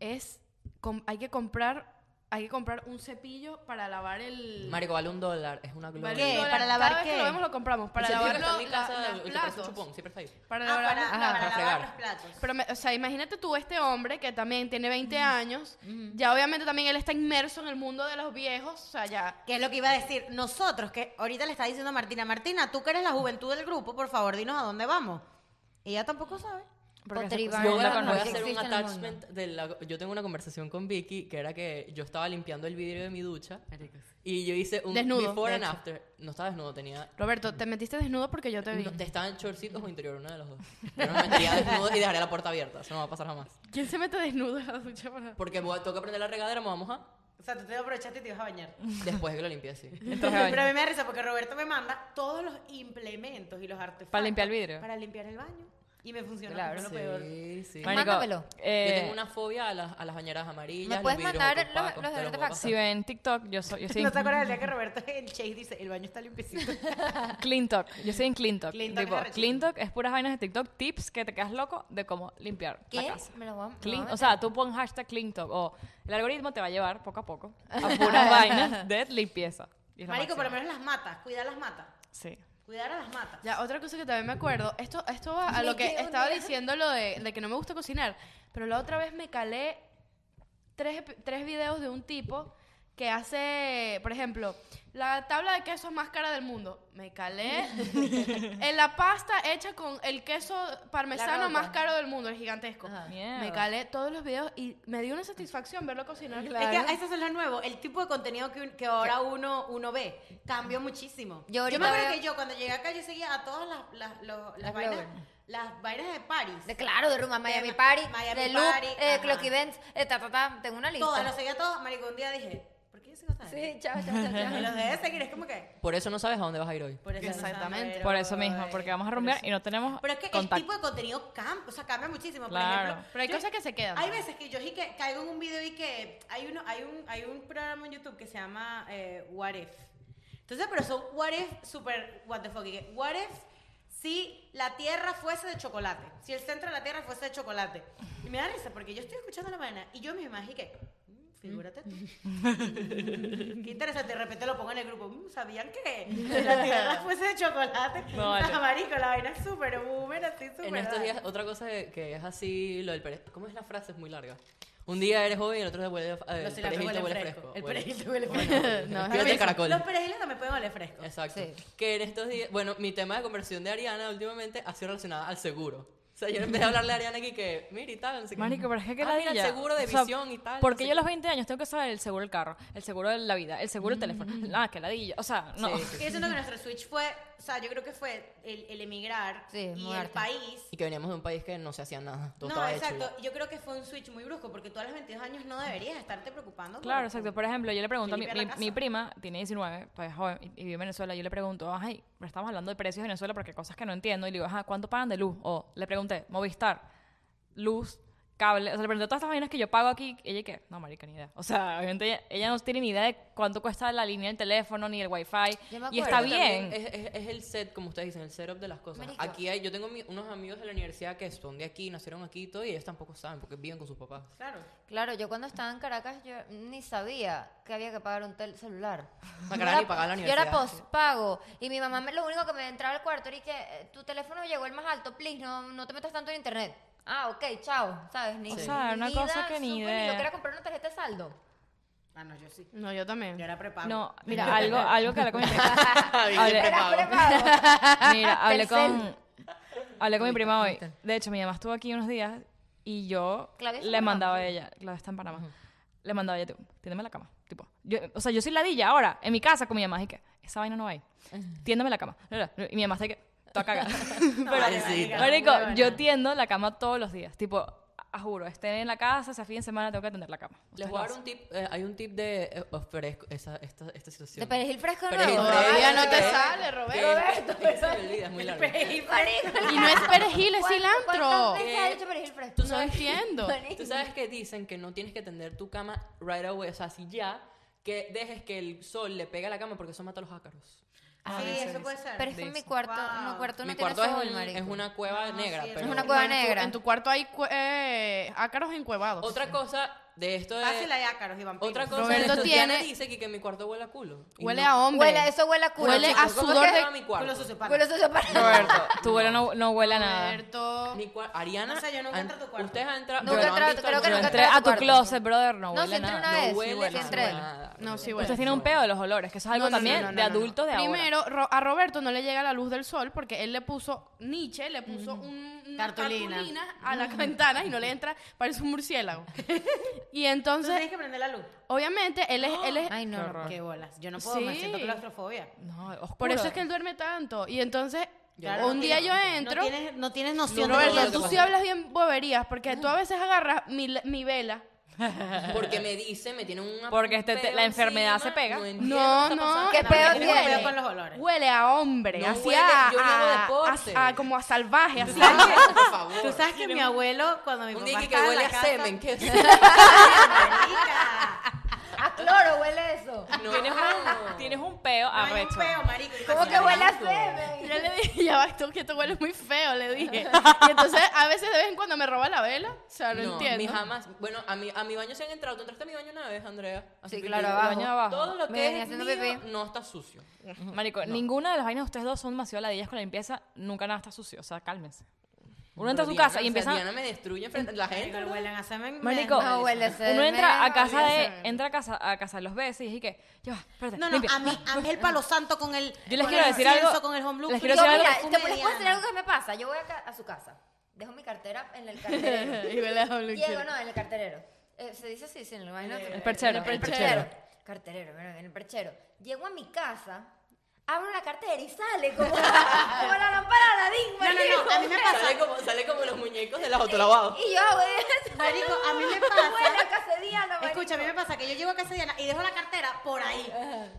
[SPEAKER 7] es, com- hay que comprar... Hay que comprar un cepillo para lavar el...
[SPEAKER 5] Marico, vale un dólar. Es una gloria.
[SPEAKER 7] Vale,
[SPEAKER 6] ¿Qué?
[SPEAKER 7] un dólar.
[SPEAKER 6] ¿Para lavar
[SPEAKER 7] Cada vez
[SPEAKER 6] qué?
[SPEAKER 7] que lo vemos lo compramos. Para
[SPEAKER 5] Ese tío que
[SPEAKER 7] lavar
[SPEAKER 5] está en mi
[SPEAKER 7] los-
[SPEAKER 5] casa, el
[SPEAKER 7] la-
[SPEAKER 5] que
[SPEAKER 7] los
[SPEAKER 5] parece un
[SPEAKER 7] platos.
[SPEAKER 5] chupón, siempre está ahí.
[SPEAKER 7] Para
[SPEAKER 6] Ah,
[SPEAKER 7] lavar
[SPEAKER 6] para,
[SPEAKER 7] ajá.
[SPEAKER 6] para
[SPEAKER 5] para
[SPEAKER 6] lavar
[SPEAKER 5] fregar.
[SPEAKER 6] los platos.
[SPEAKER 7] Pero, me- o sea, imagínate tú este hombre que también tiene 20 años. Ya obviamente también él está inmerso en el mundo de los viejos. O sea, ya...
[SPEAKER 6] Que es lo que iba a decir? Nosotros, que ahorita le está diciendo a Martina, Martina, tú que eres la juventud del grupo, por favor, dinos a dónde vamos. Ella tampoco sabe.
[SPEAKER 3] porque
[SPEAKER 4] Pottery
[SPEAKER 3] se-
[SPEAKER 4] Barn.
[SPEAKER 3] se
[SPEAKER 5] Yo
[SPEAKER 4] Yo
[SPEAKER 5] voy
[SPEAKER 3] junta
[SPEAKER 5] a,
[SPEAKER 4] la
[SPEAKER 3] con
[SPEAKER 5] voy a
[SPEAKER 4] conozco.
[SPEAKER 5] hacer un
[SPEAKER 4] Existe en el mundo.
[SPEAKER 5] attachment de la- yo tengo una conversación con Vicky que era que yo estaba limpiando el vidrio de mi ducha y yo hice un
[SPEAKER 7] Desnudo,
[SPEAKER 5] before
[SPEAKER 7] de
[SPEAKER 5] and
[SPEAKER 7] hecho.
[SPEAKER 5] after. No estaba desnudo, tenía
[SPEAKER 7] Roberto, te metiste desnudo porque yo te vi.
[SPEAKER 5] no, te estaban chorcitos o interior, uno de los dos. Yo no me metería desnudo y dejaría la puerta abierta, eso no va a pasar jamás.
[SPEAKER 7] ¿Quién se mete desnudo en la ducha para...?
[SPEAKER 5] Porque voy a- tengo que prender la regadera, me vamos a
[SPEAKER 6] O sea, tú te aprovechaste y te ibas a bañar.
[SPEAKER 5] después de que lo limpié así.
[SPEAKER 3] el traje de baño.
[SPEAKER 6] Pero a mí me da risa porque Roberto me manda todos los implementos y los artefactos.
[SPEAKER 3] Para limpiar el vidrio.
[SPEAKER 6] Para limpiar el baño. Y me funcionó.
[SPEAKER 4] Claro,
[SPEAKER 6] fue lo peor.
[SPEAKER 5] Sí, sí.
[SPEAKER 3] Marico,
[SPEAKER 4] Mándamelo.
[SPEAKER 3] eh,
[SPEAKER 5] yo tengo una fobia a las, a las bañeras amarillas.
[SPEAKER 4] ¿Me
[SPEAKER 5] los
[SPEAKER 4] puedes
[SPEAKER 5] vidrios
[SPEAKER 4] mandar los-
[SPEAKER 5] opacos,
[SPEAKER 4] los
[SPEAKER 5] te puedo
[SPEAKER 4] artefactos?
[SPEAKER 5] pasar.
[SPEAKER 3] Si ven TikTok, yo soy, yo soy
[SPEAKER 6] ¿No te acuerdas del día que Roberto en Chase dice, el baño está limpiecito?
[SPEAKER 3] Clean Talk. Yo soy en Clean Talk.
[SPEAKER 6] Clean Talk
[SPEAKER 3] Tipo,
[SPEAKER 6] es arrechísimo.
[SPEAKER 3] Clean Talk es puras vainas de TikTok, tips que te quedas loco de cómo limpiar
[SPEAKER 4] ¿Qué?
[SPEAKER 3] la casa.
[SPEAKER 4] Me lo voy a- me lo
[SPEAKER 3] Clean-
[SPEAKER 5] Ah.
[SPEAKER 4] voy a
[SPEAKER 3] o
[SPEAKER 4] meter.
[SPEAKER 3] sea, tú pon hashtag Clean Talk o el algoritmo te va a llevar poco a poco a puras vainas de limpieza. Y es lo
[SPEAKER 6] Marico, por lo
[SPEAKER 3] máximo.
[SPEAKER 6] menos las matas. Cuidar las matas.
[SPEAKER 3] Sí.
[SPEAKER 6] Cuidar a las matas.
[SPEAKER 7] Ya, otra cosa que también me acuerdo, esto, esto va a lo
[SPEAKER 4] Vicky,
[SPEAKER 7] que
[SPEAKER 4] un
[SPEAKER 7] estaba
[SPEAKER 4] día-
[SPEAKER 7] diciendo lo de, de que no me gusta cocinar, pero la otra vez me calé tres, ep- tres videos de un tipo que hace, por ejemplo, la tabla de quesos más cara del mundo. Me calé en la pasta hecha con el queso
[SPEAKER 4] La roca.
[SPEAKER 7] parmesano más caro del mundo, el gigantesco.
[SPEAKER 4] Ajá.
[SPEAKER 3] Mierda.
[SPEAKER 7] Me calé todos los videos y me dio una satisfacción verlo cocinar.
[SPEAKER 6] Es que eso es lo nuevo, el tipo de contenido que, que ahora uno, uno ve cambió muchísimo.
[SPEAKER 4] Yo
[SPEAKER 6] Yo,
[SPEAKER 4] ahorita
[SPEAKER 6] me acuerdo
[SPEAKER 4] veo-
[SPEAKER 6] que yo cuando llegué acá yo seguía a todas las, las, los- las
[SPEAKER 4] Las
[SPEAKER 6] vainas,
[SPEAKER 4] bloggers.
[SPEAKER 6] las vainas de París.
[SPEAKER 4] De, claro, de Rumba, Miami
[SPEAKER 6] De Ma-
[SPEAKER 4] Party,
[SPEAKER 6] Miami
[SPEAKER 4] de Loop,
[SPEAKER 6] Party,
[SPEAKER 4] eh,
[SPEAKER 6] ajá.
[SPEAKER 4] Clock Events, eh, ta, ta, ta, tengo una lista.
[SPEAKER 6] todas, las seguía todas. Marico, un día dije, ¿por qué yo sigo tan
[SPEAKER 4] Sí, chao, chao, chao, chao.
[SPEAKER 6] Y los dejé de seguir, es como que...
[SPEAKER 5] Por eso no sabes a dónde vas a ir hoy.
[SPEAKER 6] Por eso no saben,
[SPEAKER 7] Exactamente.
[SPEAKER 3] Por eso mismo, porque vamos a rumbear y no tenemos
[SPEAKER 6] Pero es que el
[SPEAKER 3] contacto.
[SPEAKER 6] tipo de contenido cambia, o sea, cambia muchísimo.
[SPEAKER 3] Claro.
[SPEAKER 6] Por ejemplo,
[SPEAKER 7] Pero hay
[SPEAKER 6] yo-
[SPEAKER 7] cosas que se quedan.
[SPEAKER 6] Hay veces que yo sí que caigo en un video y que hay uno, hay un, hay un programa en YouTube que se llama eh, What If. Entonces, pero son What If super what the fuck. y que, what if si la tierra fuese de chocolate, si el centro de la tierra fuese de chocolate. Y me da risa porque yo estoy escuchando la mañana y yo me imagino que. mm, Figúrate tú. Mm, Qué interesante. De repente lo pongo en el grupo. mm, ¿Sabían que si la tierra fuese de chocolate?
[SPEAKER 3] No, vale.
[SPEAKER 6] Ah, marico, la vaina es súper boomer, así súper.
[SPEAKER 5] En estos
[SPEAKER 6] dale.
[SPEAKER 5] días, otra cosa que, que es así, lo del pere- ¿Cómo es la frase? Es muy larga. Un día eres joven y el otro te huele, eh,
[SPEAKER 6] Los
[SPEAKER 5] el
[SPEAKER 6] cilantros
[SPEAKER 5] perejil te
[SPEAKER 6] huelen
[SPEAKER 5] huele
[SPEAKER 6] fresco,
[SPEAKER 5] fresco.
[SPEAKER 6] el
[SPEAKER 5] Huele-
[SPEAKER 6] perejil te huele
[SPEAKER 5] Bueno,
[SPEAKER 6] fresco.
[SPEAKER 7] No, es
[SPEAKER 5] fíjate el
[SPEAKER 7] buenísimo.
[SPEAKER 5] caracol.
[SPEAKER 6] Los perejiles también pueden oler fresco.
[SPEAKER 5] Exacto.
[SPEAKER 4] Sí.
[SPEAKER 5] Que en estos días, bueno, mi tema de conversión de Ariana últimamente ha sido relacionada al seguro. O sea, yo empecé a hablarle a Ariana aquí que, mira y tal, no sé qué.
[SPEAKER 3] Marico, pero es que qué
[SPEAKER 5] Ah, mira, el
[SPEAKER 3] ladilla.
[SPEAKER 5] seguro de
[SPEAKER 3] O sea,
[SPEAKER 5] visión y tal.
[SPEAKER 3] Porque
[SPEAKER 5] no sé
[SPEAKER 3] yo a los
[SPEAKER 5] qué.
[SPEAKER 3] 20 años tengo que saber el seguro del carro, el seguro de la vida, el seguro del teléfono. Nada, que ladilla. O sea, no.
[SPEAKER 5] Mm. Sí, sí, sí.
[SPEAKER 6] Que yo siento que nuestro switch fue, o sea, yo creo que fue el, el emigrar
[SPEAKER 4] Sí,
[SPEAKER 6] y el
[SPEAKER 4] mudarte.
[SPEAKER 6] país.
[SPEAKER 5] Y que veníamos de un país que no se hacía nada. Todo
[SPEAKER 6] No,
[SPEAKER 5] estaba
[SPEAKER 6] exacto.
[SPEAKER 5] hecho.
[SPEAKER 6] Yo creo que fue un switch muy brusco porque tú a los 22 años no deberías estarte preocupando. por-
[SPEAKER 3] Claro, exacto. Por ejemplo, yo le pregunto a mi,
[SPEAKER 6] Que limpia la
[SPEAKER 3] mi-
[SPEAKER 6] casa.
[SPEAKER 3] mi prima, tiene 19, pues joven, y, y vive en Venezuela, yo le pregunto, ay, pero estamos hablando de precios de Venezuela porque hay cosas que no entiendo, y le digo, ajá, ¿cuánto pagan de luz? O le pregunté, Movistar, luz, cable, o sea, le preguntó todas estas vainas que yo pago aquí, ella que, no, marica, ni idea. O sea, obviamente ella, ella no tiene ni idea de cuánto cuesta la línea del teléfono ni el wifi.
[SPEAKER 4] Yo me
[SPEAKER 3] Y
[SPEAKER 4] acuerdo
[SPEAKER 3] está
[SPEAKER 5] También
[SPEAKER 3] bien.
[SPEAKER 5] Es, es- es el set, como ustedes dicen, el setup de las cosas.
[SPEAKER 4] Marico.
[SPEAKER 5] Aquí hay, yo tengo mi- unos amigos de la universidad que son de aquí, nacieron aquí y todo, y ellos tampoco saben porque viven con sus papás.
[SPEAKER 6] Claro.
[SPEAKER 4] Claro, yo cuando estaba en Caracas, yo ni sabía que había que pagar un tel- celular.
[SPEAKER 5] Macarena,
[SPEAKER 4] Yo era-
[SPEAKER 5] ni pagar la
[SPEAKER 4] Yo
[SPEAKER 5] universidad.
[SPEAKER 4] era pospago. Y mi mamá me- lo único que me entraba al cuarto era y que eh, tu teléfono llegó el más alto, please, no, no te metas tanto en internet. Ah, ok, chao. ¿Sabes? Ni,
[SPEAKER 3] O sea,
[SPEAKER 4] ni
[SPEAKER 3] una
[SPEAKER 4] vida,
[SPEAKER 3] cosa que ni
[SPEAKER 4] supe
[SPEAKER 3] idea.
[SPEAKER 4] lo que era comprar una tarjeta de saldo.
[SPEAKER 6] Ah, no, yo sí.
[SPEAKER 7] No, yo también.
[SPEAKER 6] Yo era prepago.
[SPEAKER 3] No, mira, algo, algo que hablé con mi prima.
[SPEAKER 5] Bien
[SPEAKER 3] Hablé-
[SPEAKER 4] Era
[SPEAKER 5] prepago.
[SPEAKER 4] prepago.
[SPEAKER 3] Mira, hablé
[SPEAKER 4] Telcel.
[SPEAKER 3] con, hablé con mi prima hoy. De hecho, mi mamá estuvo aquí unos días y yo
[SPEAKER 4] Claudia está
[SPEAKER 3] le
[SPEAKER 4] en Panamá,
[SPEAKER 3] mandaba
[SPEAKER 4] ¿sí?
[SPEAKER 3] a ella, Claudia está en Panamá, le mandaba a ella, tipo, tiéndeme la cama. Tipo, yo, o sea, yo soy ladilla ahora, en mi casa con mi mamá, y que, esa vaina no hay. Tiéndeme la cama. Y mi mamá está que, toda cagada.
[SPEAKER 5] Pobrecita.
[SPEAKER 3] Marico,
[SPEAKER 6] Huevona.
[SPEAKER 3] yo tiendo la cama todos los días. Tipo, a- juro, esté en la casa, sea fin de semana, tengo que atender la cama.
[SPEAKER 5] Les
[SPEAKER 3] Ustedes
[SPEAKER 5] voy a
[SPEAKER 3] lo
[SPEAKER 5] dar un tip. eh, hay un tip de eh, ofrezco esa, esta, esta situación.
[SPEAKER 4] De perejil fresco
[SPEAKER 5] Perejil
[SPEAKER 4] nuevo. ah,
[SPEAKER 5] fresco.
[SPEAKER 4] Ay,
[SPEAKER 7] Todavía no te
[SPEAKER 4] Dios.
[SPEAKER 7] sale,
[SPEAKER 5] Que-
[SPEAKER 7] Roberto.
[SPEAKER 5] que se me olvida, es muy largo.
[SPEAKER 4] Marico.
[SPEAKER 7] Y no es perejil, es cilantro.
[SPEAKER 3] Eh,
[SPEAKER 4] ¿Cuántas veces has hecho perejil fresco?
[SPEAKER 7] No entiendo.
[SPEAKER 4] Marico.
[SPEAKER 5] Tú sabes que dicen que no tienes que tender tu cama right away, o sea, si ya, que dejes que el sol le pegue a la cama porque eso mata a los ácaros.
[SPEAKER 6] Ah, sí, eso puede ser.
[SPEAKER 4] Pero es que en mi cuarto,
[SPEAKER 6] Wow.
[SPEAKER 4] mi cuarto no
[SPEAKER 5] Mi
[SPEAKER 4] tiene
[SPEAKER 5] cuarto es,
[SPEAKER 4] sol,
[SPEAKER 5] un-
[SPEAKER 4] marico.
[SPEAKER 5] es una cueva negra,
[SPEAKER 6] sí, es
[SPEAKER 5] pero...
[SPEAKER 4] una cueva
[SPEAKER 7] en tu-
[SPEAKER 4] negra.
[SPEAKER 7] en tu cuarto hay cue- eh, ácaros encuevados.
[SPEAKER 5] Otra cosa de esto de...
[SPEAKER 6] Fácil hay ácaros y vampiros.
[SPEAKER 5] Otra cosa
[SPEAKER 7] Roberto
[SPEAKER 5] de esto,
[SPEAKER 7] tiene-
[SPEAKER 5] Diana dice que, que mi cuarto huele a culo. Y
[SPEAKER 7] Huele
[SPEAKER 5] no.
[SPEAKER 7] a hombre.
[SPEAKER 4] Huele, eso huele a culo.
[SPEAKER 7] Huele
[SPEAKER 4] chicos.
[SPEAKER 7] a
[SPEAKER 4] ¿Cómo
[SPEAKER 7] sudor
[SPEAKER 4] que-
[SPEAKER 7] de-
[SPEAKER 5] a mi
[SPEAKER 6] Con
[SPEAKER 5] cuarto.
[SPEAKER 6] los sociopatas.
[SPEAKER 4] Huele a sucio para-
[SPEAKER 3] sabes. Tu abuela no, no huele a nada.
[SPEAKER 7] Roberto.
[SPEAKER 5] Mi cua- Ariana...
[SPEAKER 6] No sé, yo nunca
[SPEAKER 5] han-
[SPEAKER 6] entré a tu cuarto.
[SPEAKER 5] Ustedes han entrado...
[SPEAKER 4] Nunca
[SPEAKER 5] pero
[SPEAKER 4] he
[SPEAKER 5] han
[SPEAKER 4] entrado,
[SPEAKER 5] visto
[SPEAKER 4] creo que
[SPEAKER 5] alguna
[SPEAKER 3] Yo
[SPEAKER 4] nunca
[SPEAKER 5] vez.
[SPEAKER 4] entré
[SPEAKER 3] entré
[SPEAKER 4] a tu
[SPEAKER 3] a tu
[SPEAKER 4] cuarto.
[SPEAKER 3] closet, brother, no
[SPEAKER 4] No,
[SPEAKER 3] huele
[SPEAKER 4] sí
[SPEAKER 3] a
[SPEAKER 4] entré
[SPEAKER 3] nada.
[SPEAKER 4] una
[SPEAKER 5] No
[SPEAKER 4] vez.
[SPEAKER 5] huele,
[SPEAKER 4] sí, huele,
[SPEAKER 5] no
[SPEAKER 4] sí entré.
[SPEAKER 5] nada.
[SPEAKER 7] No, sí huele.
[SPEAKER 3] Ustedes tienen un peo de los olores, que eso es algo
[SPEAKER 7] pues. No, no, no,
[SPEAKER 3] también
[SPEAKER 7] no, no,
[SPEAKER 3] de
[SPEAKER 7] no, no.
[SPEAKER 3] adulto de ahora.
[SPEAKER 7] Primero, Ro- a Roberto no le llega la luz del sol porque él le puso, Nietzsche le puso un, unas
[SPEAKER 6] Cartulina.
[SPEAKER 7] cartulinas a las ventanas y no le entra, parece un murciélago. y
[SPEAKER 6] Entonces
[SPEAKER 7] entonces,
[SPEAKER 6] tienes que prender la luz.
[SPEAKER 7] obviamente, él es... Él es
[SPEAKER 4] Ay, no, no.
[SPEAKER 6] Qué bolas. Yo no puedo, me
[SPEAKER 7] Sí.
[SPEAKER 6] siento claustrofobia.
[SPEAKER 3] No, oscuro.
[SPEAKER 7] por eso es que él duerme tanto. Y entonces,
[SPEAKER 6] Claro,
[SPEAKER 7] un
[SPEAKER 6] no
[SPEAKER 7] día yo
[SPEAKER 6] tienes-
[SPEAKER 7] entro...
[SPEAKER 6] No tienes, no tienes noción de
[SPEAKER 5] Roberto,
[SPEAKER 6] todo lo
[SPEAKER 7] Roberto,
[SPEAKER 6] que
[SPEAKER 7] tú
[SPEAKER 5] pasa.
[SPEAKER 7] sí hablas bien boberías porque tú a veces agarras mi, mi vela.
[SPEAKER 5] Porque me dice, me tiene una...
[SPEAKER 3] Porque este-
[SPEAKER 5] un
[SPEAKER 3] te- la
[SPEAKER 5] peo
[SPEAKER 3] enfermedad se
[SPEAKER 5] encima,
[SPEAKER 3] pega.
[SPEAKER 5] No, entiendo
[SPEAKER 7] No,
[SPEAKER 5] qué está
[SPEAKER 7] no.
[SPEAKER 5] pasando.
[SPEAKER 4] ¿Qué
[SPEAKER 6] No,
[SPEAKER 4] peo
[SPEAKER 6] tienes un
[SPEAKER 4] tiene?
[SPEAKER 6] con los olores.
[SPEAKER 7] Huele a hombre,
[SPEAKER 5] No
[SPEAKER 7] así
[SPEAKER 5] huele-
[SPEAKER 7] a,
[SPEAKER 5] yo no hago
[SPEAKER 7] a-
[SPEAKER 5] deporte.
[SPEAKER 7] a- como a salvaje, así.
[SPEAKER 5] Por favor.
[SPEAKER 6] Tú sabes que mi abuelo, cuando mi
[SPEAKER 5] Un
[SPEAKER 6] papá
[SPEAKER 5] día que, que
[SPEAKER 6] estaba en
[SPEAKER 5] huele
[SPEAKER 6] la
[SPEAKER 5] a
[SPEAKER 6] casa-
[SPEAKER 5] semen, ¿qué
[SPEAKER 6] Marica.
[SPEAKER 4] A cloro huele eso.
[SPEAKER 5] No.
[SPEAKER 3] Tienes un, tienes un peo
[SPEAKER 6] No hay un
[SPEAKER 3] arrecho.
[SPEAKER 6] peo, marico.
[SPEAKER 4] ¿Cómo que huele a
[SPEAKER 7] Y
[SPEAKER 4] semen?
[SPEAKER 7] Yo le dije, ya va, esto que te huele muy feo, le dije. Y entonces, a veces de vez en cuando me roba la vela. O sea, no, Ah, entiendo.
[SPEAKER 5] mi jamás. Bueno, a mi, a mi baño se han entrado. ¿Tú entraste a mi baño una vez, Andrea? A hacer
[SPEAKER 4] Sí,
[SPEAKER 5] pipí.
[SPEAKER 4] claro,
[SPEAKER 3] El baño
[SPEAKER 4] abajo.
[SPEAKER 3] abajo.
[SPEAKER 5] Todo lo que
[SPEAKER 4] Me venía
[SPEAKER 5] es
[SPEAKER 4] haciendo
[SPEAKER 5] mío
[SPEAKER 4] pipí.
[SPEAKER 5] no está sucio.
[SPEAKER 3] Mm, Marico, ninguna de las vainas de ustedes dos son demasiado ladillas con la limpieza. Nunca nada está sucio, o sea, cálmense. Uno entra a
[SPEAKER 5] Pero
[SPEAKER 3] su
[SPEAKER 5] Diana,
[SPEAKER 3] casa
[SPEAKER 5] o
[SPEAKER 3] y
[SPEAKER 5] sea,
[SPEAKER 3] empieza...
[SPEAKER 5] Diana me destruye frente a la gente.
[SPEAKER 6] Pero
[SPEAKER 5] ¿no?
[SPEAKER 6] huelen a semen.
[SPEAKER 3] Marico,
[SPEAKER 4] No huele a semen.
[SPEAKER 3] uno entra a casa
[SPEAKER 7] huele a
[SPEAKER 3] de...
[SPEAKER 7] semen.
[SPEAKER 3] Entra a casa, a casa de los besos y dije que... Ya va, espérate,
[SPEAKER 6] No, no,
[SPEAKER 3] limpia.
[SPEAKER 6] a mí, a mí el palo santo con el.
[SPEAKER 3] Yo les
[SPEAKER 6] con
[SPEAKER 3] quiero
[SPEAKER 6] el
[SPEAKER 3] decir
[SPEAKER 6] incienso,
[SPEAKER 3] algo-
[SPEAKER 6] Con el home blue
[SPEAKER 3] les
[SPEAKER 6] cream,
[SPEAKER 3] quiero decir
[SPEAKER 6] con
[SPEAKER 3] algo.
[SPEAKER 6] el
[SPEAKER 4] Mira,
[SPEAKER 6] perfume
[SPEAKER 4] te puedes
[SPEAKER 6] Diana.
[SPEAKER 4] hacer algo que me pasa. Yo voy acá a su casa. Dejo mi cartera en el carterero.
[SPEAKER 7] Y vela a Blue
[SPEAKER 4] Diego,
[SPEAKER 7] Chew.
[SPEAKER 4] no, en el carterero. Eh, se dice así, sí, en el baño. El
[SPEAKER 3] perchero,
[SPEAKER 4] El
[SPEAKER 3] el
[SPEAKER 4] perchero.
[SPEAKER 3] perchero.
[SPEAKER 4] Carterero, bueno, en el perchero. Llego a mi casa, abro la cartera y sale como, como la lámpara de Aladdin.
[SPEAKER 6] No, no, no, a mí me pasa.
[SPEAKER 5] Sale como, sale como los muñecos de los autolavados.
[SPEAKER 4] Y yo hago eso.
[SPEAKER 6] Marico, a mí me
[SPEAKER 4] Huele
[SPEAKER 6] pasa.
[SPEAKER 4] a casa de Diana, marico.
[SPEAKER 6] Escucha, a mí me pasa que yo llego a casa de Diana y dejo la cartera por ahí.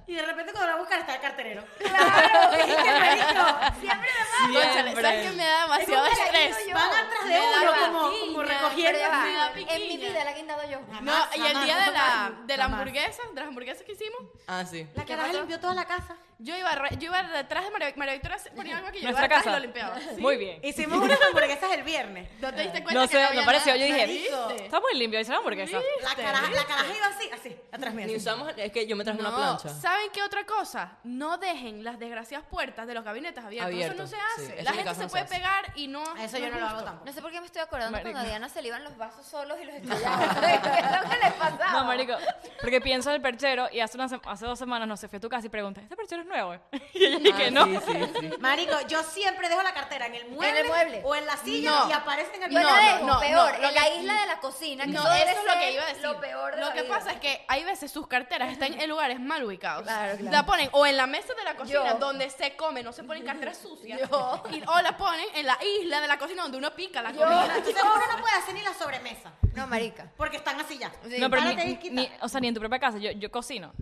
[SPEAKER 6] Y de repente cuando la voy a buscar está el carterero.
[SPEAKER 4] Claro,
[SPEAKER 6] ¿Qué, marico?
[SPEAKER 4] siempre me pasa.
[SPEAKER 7] Cónchale, ¿sabes que me da demasiado
[SPEAKER 4] Es un
[SPEAKER 7] estrés?
[SPEAKER 4] peladito
[SPEAKER 6] Van atrás de
[SPEAKER 7] Me da
[SPEAKER 6] uno
[SPEAKER 7] la
[SPEAKER 6] como,
[SPEAKER 7] piquiña,
[SPEAKER 6] como
[SPEAKER 4] Pero
[SPEAKER 6] recogiendo.
[SPEAKER 4] ya va,
[SPEAKER 6] así.
[SPEAKER 7] la
[SPEAKER 4] En mi
[SPEAKER 7] piquiña.
[SPEAKER 4] vida la he guindado yo.
[SPEAKER 7] No,
[SPEAKER 6] Jamás,
[SPEAKER 7] y el
[SPEAKER 6] jamás,
[SPEAKER 7] día de la,
[SPEAKER 6] jamás,
[SPEAKER 7] de la
[SPEAKER 6] jamás.
[SPEAKER 7] hamburguesa, de las hamburguesas que hicimos,
[SPEAKER 5] Ah, sí.
[SPEAKER 6] La caraja limpió toda la casa.
[SPEAKER 7] yo iba, re- yo iba detrás de María, María Victoria, se ponía algo que yo iba
[SPEAKER 3] Nuestra
[SPEAKER 7] detrás y
[SPEAKER 3] casa.
[SPEAKER 7] lo limpiaba. Sí.
[SPEAKER 3] Muy bien.
[SPEAKER 6] Hicimos unas hamburguesas el viernes.
[SPEAKER 7] ¿No te diste cuenta
[SPEAKER 3] No
[SPEAKER 7] que no
[SPEAKER 3] sé,
[SPEAKER 7] había
[SPEAKER 3] no pareció.
[SPEAKER 7] nada?
[SPEAKER 3] Yo dije,
[SPEAKER 6] Marico.
[SPEAKER 3] está muy limpio. Dice la hamburguesa.
[SPEAKER 6] La caraja, la caraja iba así, así, atrás mío.
[SPEAKER 5] Ni
[SPEAKER 6] así.
[SPEAKER 5] usamos, es que yo me traje una
[SPEAKER 7] No,
[SPEAKER 5] plancha.
[SPEAKER 7] ¿saben qué otra cosa? No dejen las desgraciadas puertas de los gabinetes abiertos.
[SPEAKER 5] Abierto,
[SPEAKER 7] Eso no
[SPEAKER 5] sí.
[SPEAKER 7] se hace.
[SPEAKER 5] Eso
[SPEAKER 7] la
[SPEAKER 5] en mi
[SPEAKER 7] gente
[SPEAKER 5] casa
[SPEAKER 7] se
[SPEAKER 5] no se
[SPEAKER 7] puede
[SPEAKER 5] hace.
[SPEAKER 7] pegar y no.
[SPEAKER 6] Eso
[SPEAKER 7] no
[SPEAKER 6] yo
[SPEAKER 7] es
[SPEAKER 6] no lo hago
[SPEAKER 7] justo.
[SPEAKER 6] tampoco.
[SPEAKER 4] No sé por qué me estoy acordando
[SPEAKER 3] Marico.
[SPEAKER 4] cuando a Diana se le iban los vasos solos y los estrellaban. Es lo que le pasaba.
[SPEAKER 3] No, marico, porque pienso en el perchero y hace, una sem- hace dos semanas, no sé, fui a tu casa y pregunté, ¿este perchero es nuevo? Y ella dije
[SPEAKER 5] Ah,
[SPEAKER 3] que no.
[SPEAKER 5] Sí, sí, sí.
[SPEAKER 6] Marico, yo siempre dejo la cartera en el mueble,
[SPEAKER 4] En el mueble.
[SPEAKER 6] o en la silla
[SPEAKER 7] No.
[SPEAKER 6] y aparece en el
[SPEAKER 4] Yo
[SPEAKER 7] No,
[SPEAKER 4] la
[SPEAKER 7] no,
[SPEAKER 4] dejo,
[SPEAKER 7] no,
[SPEAKER 4] peor,
[SPEAKER 7] no, lo
[SPEAKER 4] en la
[SPEAKER 7] que-
[SPEAKER 4] isla de la cocina, que
[SPEAKER 7] No,
[SPEAKER 4] eso debe
[SPEAKER 7] eso es lo que
[SPEAKER 4] ser
[SPEAKER 7] iba a decir.
[SPEAKER 4] lo peor de
[SPEAKER 7] Lo
[SPEAKER 4] la
[SPEAKER 7] que
[SPEAKER 4] vida.
[SPEAKER 7] pasa es que hay veces sus carteras están en lugares mal ubicados.
[SPEAKER 4] Claro, claro.
[SPEAKER 7] La ponen o en la mesa de la cocina
[SPEAKER 4] Yo.
[SPEAKER 7] donde se come, no se ponen carteras sucias.
[SPEAKER 4] Yo.
[SPEAKER 7] Y- o la ponen en la isla de la cocina donde uno pica la
[SPEAKER 4] Yo.
[SPEAKER 7] comida.
[SPEAKER 6] Entonces uno no puede hacer ni la sobremesa,
[SPEAKER 4] No, marica.
[SPEAKER 6] porque están así ya.
[SPEAKER 4] Sí.
[SPEAKER 3] No, pero
[SPEAKER 6] Ahora
[SPEAKER 3] ni,
[SPEAKER 6] te disquita.
[SPEAKER 3] ni- o sea, ni en tu propia casa, yo, yo cocino.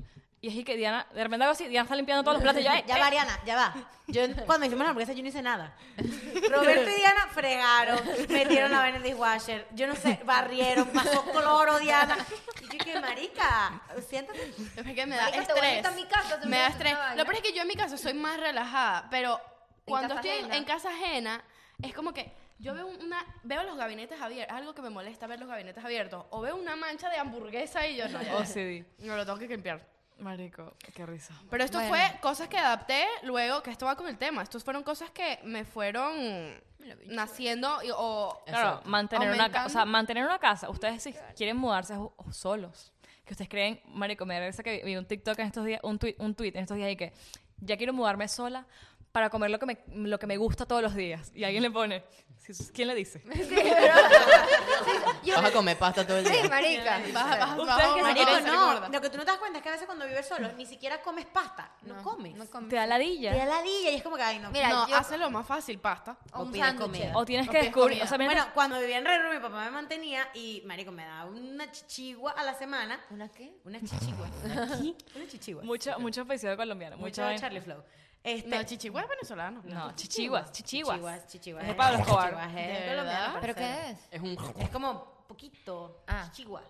[SPEAKER 3] Y es y que Diana, de repente hago así, Diana está limpiando todos los platos y ya, eh.
[SPEAKER 6] Ya va, Ariana, ya va. Yo, cuando hicimos la hamburguesa yo no hice nada. Roberto y Diana fregaron, metieron la vaina en el dishwasher, yo no sé, barrieron, pasó cloro, Diana. Y yo que marica, siéntate.
[SPEAKER 7] Es que me da
[SPEAKER 4] Marica, te
[SPEAKER 7] estrés.
[SPEAKER 4] vuelves a mi casa, te
[SPEAKER 7] me da
[SPEAKER 4] metes en
[SPEAKER 7] estrés.
[SPEAKER 4] una vaina.
[SPEAKER 7] Lo peor es que yo en mi casa soy más relajada, pero cuando
[SPEAKER 4] casa
[SPEAKER 7] estoy en-
[SPEAKER 4] ajena.
[SPEAKER 7] en casa ajena, es como que yo veo una veo los gabinetes abiertos, algo que me molesta ver los gabinetes abiertos, o veo una mancha de hamburguesa y yo no, ya,
[SPEAKER 3] Oh,
[SPEAKER 7] ya,
[SPEAKER 3] sí.
[SPEAKER 7] no lo tengo que limpiar.
[SPEAKER 3] Marico, qué risa.
[SPEAKER 7] Pero esto
[SPEAKER 4] Bueno.
[SPEAKER 7] fue cosas que adapté luego, que esto va con el tema. Estos fueron cosas que me fueron naciendo y- o
[SPEAKER 3] Claro,
[SPEAKER 5] Exacto.
[SPEAKER 3] mantener una, ca- o sea,
[SPEAKER 7] Aumentando.
[SPEAKER 3] mantener una casa. Ustedes si quieren mudarse ju- o solos, que ustedes creen, marico, me parece que vi- vi un TikTok en estos días, un tweet, un tweet en estos días y que ya quiero mudarme sola para comer lo que me, lo que me gusta todos los días. Y alguien le pone, si- ¿quién le dice?
[SPEAKER 4] Sí, pero-
[SPEAKER 5] Vas a comer pasta todo el
[SPEAKER 4] sí,
[SPEAKER 5] día.
[SPEAKER 4] marica.
[SPEAKER 7] Baja,
[SPEAKER 3] Ustedes
[SPEAKER 7] baja, baja,
[SPEAKER 3] que se
[SPEAKER 7] baja,
[SPEAKER 6] Marico,
[SPEAKER 7] baja,
[SPEAKER 6] Oh, no,
[SPEAKER 7] gorda.
[SPEAKER 6] lo que tú no te das cuenta es que a veces cuando vives solo ni siquiera comes pasta, no, comes.
[SPEAKER 4] No comes.
[SPEAKER 3] Te da ladilla.
[SPEAKER 6] Te da ladilla y es como que, ay, no.
[SPEAKER 4] Mira,
[SPEAKER 7] no,
[SPEAKER 4] yo-
[SPEAKER 7] hazlo más fácil, pasta.
[SPEAKER 4] O un
[SPEAKER 6] Opina
[SPEAKER 4] sándwich.
[SPEAKER 6] comida.
[SPEAKER 3] O tienes
[SPEAKER 7] No
[SPEAKER 3] que
[SPEAKER 7] pides
[SPEAKER 3] descubrir,
[SPEAKER 7] comida.
[SPEAKER 3] o sea, mientras-
[SPEAKER 6] bueno, cuando vivía en Reno, mi papá me mantenía y, marico, me daba una chichigua a la semana.
[SPEAKER 4] ¿Una qué?
[SPEAKER 6] Una chichigua. Una chi- una chichigua.
[SPEAKER 3] mucho, mucho episodio colombiano. Mucho,
[SPEAKER 6] Mucho
[SPEAKER 3] vaina.
[SPEAKER 6] Charlie Flow. Este,
[SPEAKER 7] No, chichigua es venezolano.
[SPEAKER 3] No, chichiguas, chichiguas.
[SPEAKER 6] Chichiguas, chichiguas. eh,
[SPEAKER 3] Es de Pablo Escobar.
[SPEAKER 6] Chichiguas, es
[SPEAKER 7] ¿De
[SPEAKER 6] colombiano,
[SPEAKER 7] verdad?
[SPEAKER 6] parece.
[SPEAKER 4] ¿Pero qué es?
[SPEAKER 5] Es un...
[SPEAKER 6] Es como poquito
[SPEAKER 4] Ah.
[SPEAKER 6] chichiguas.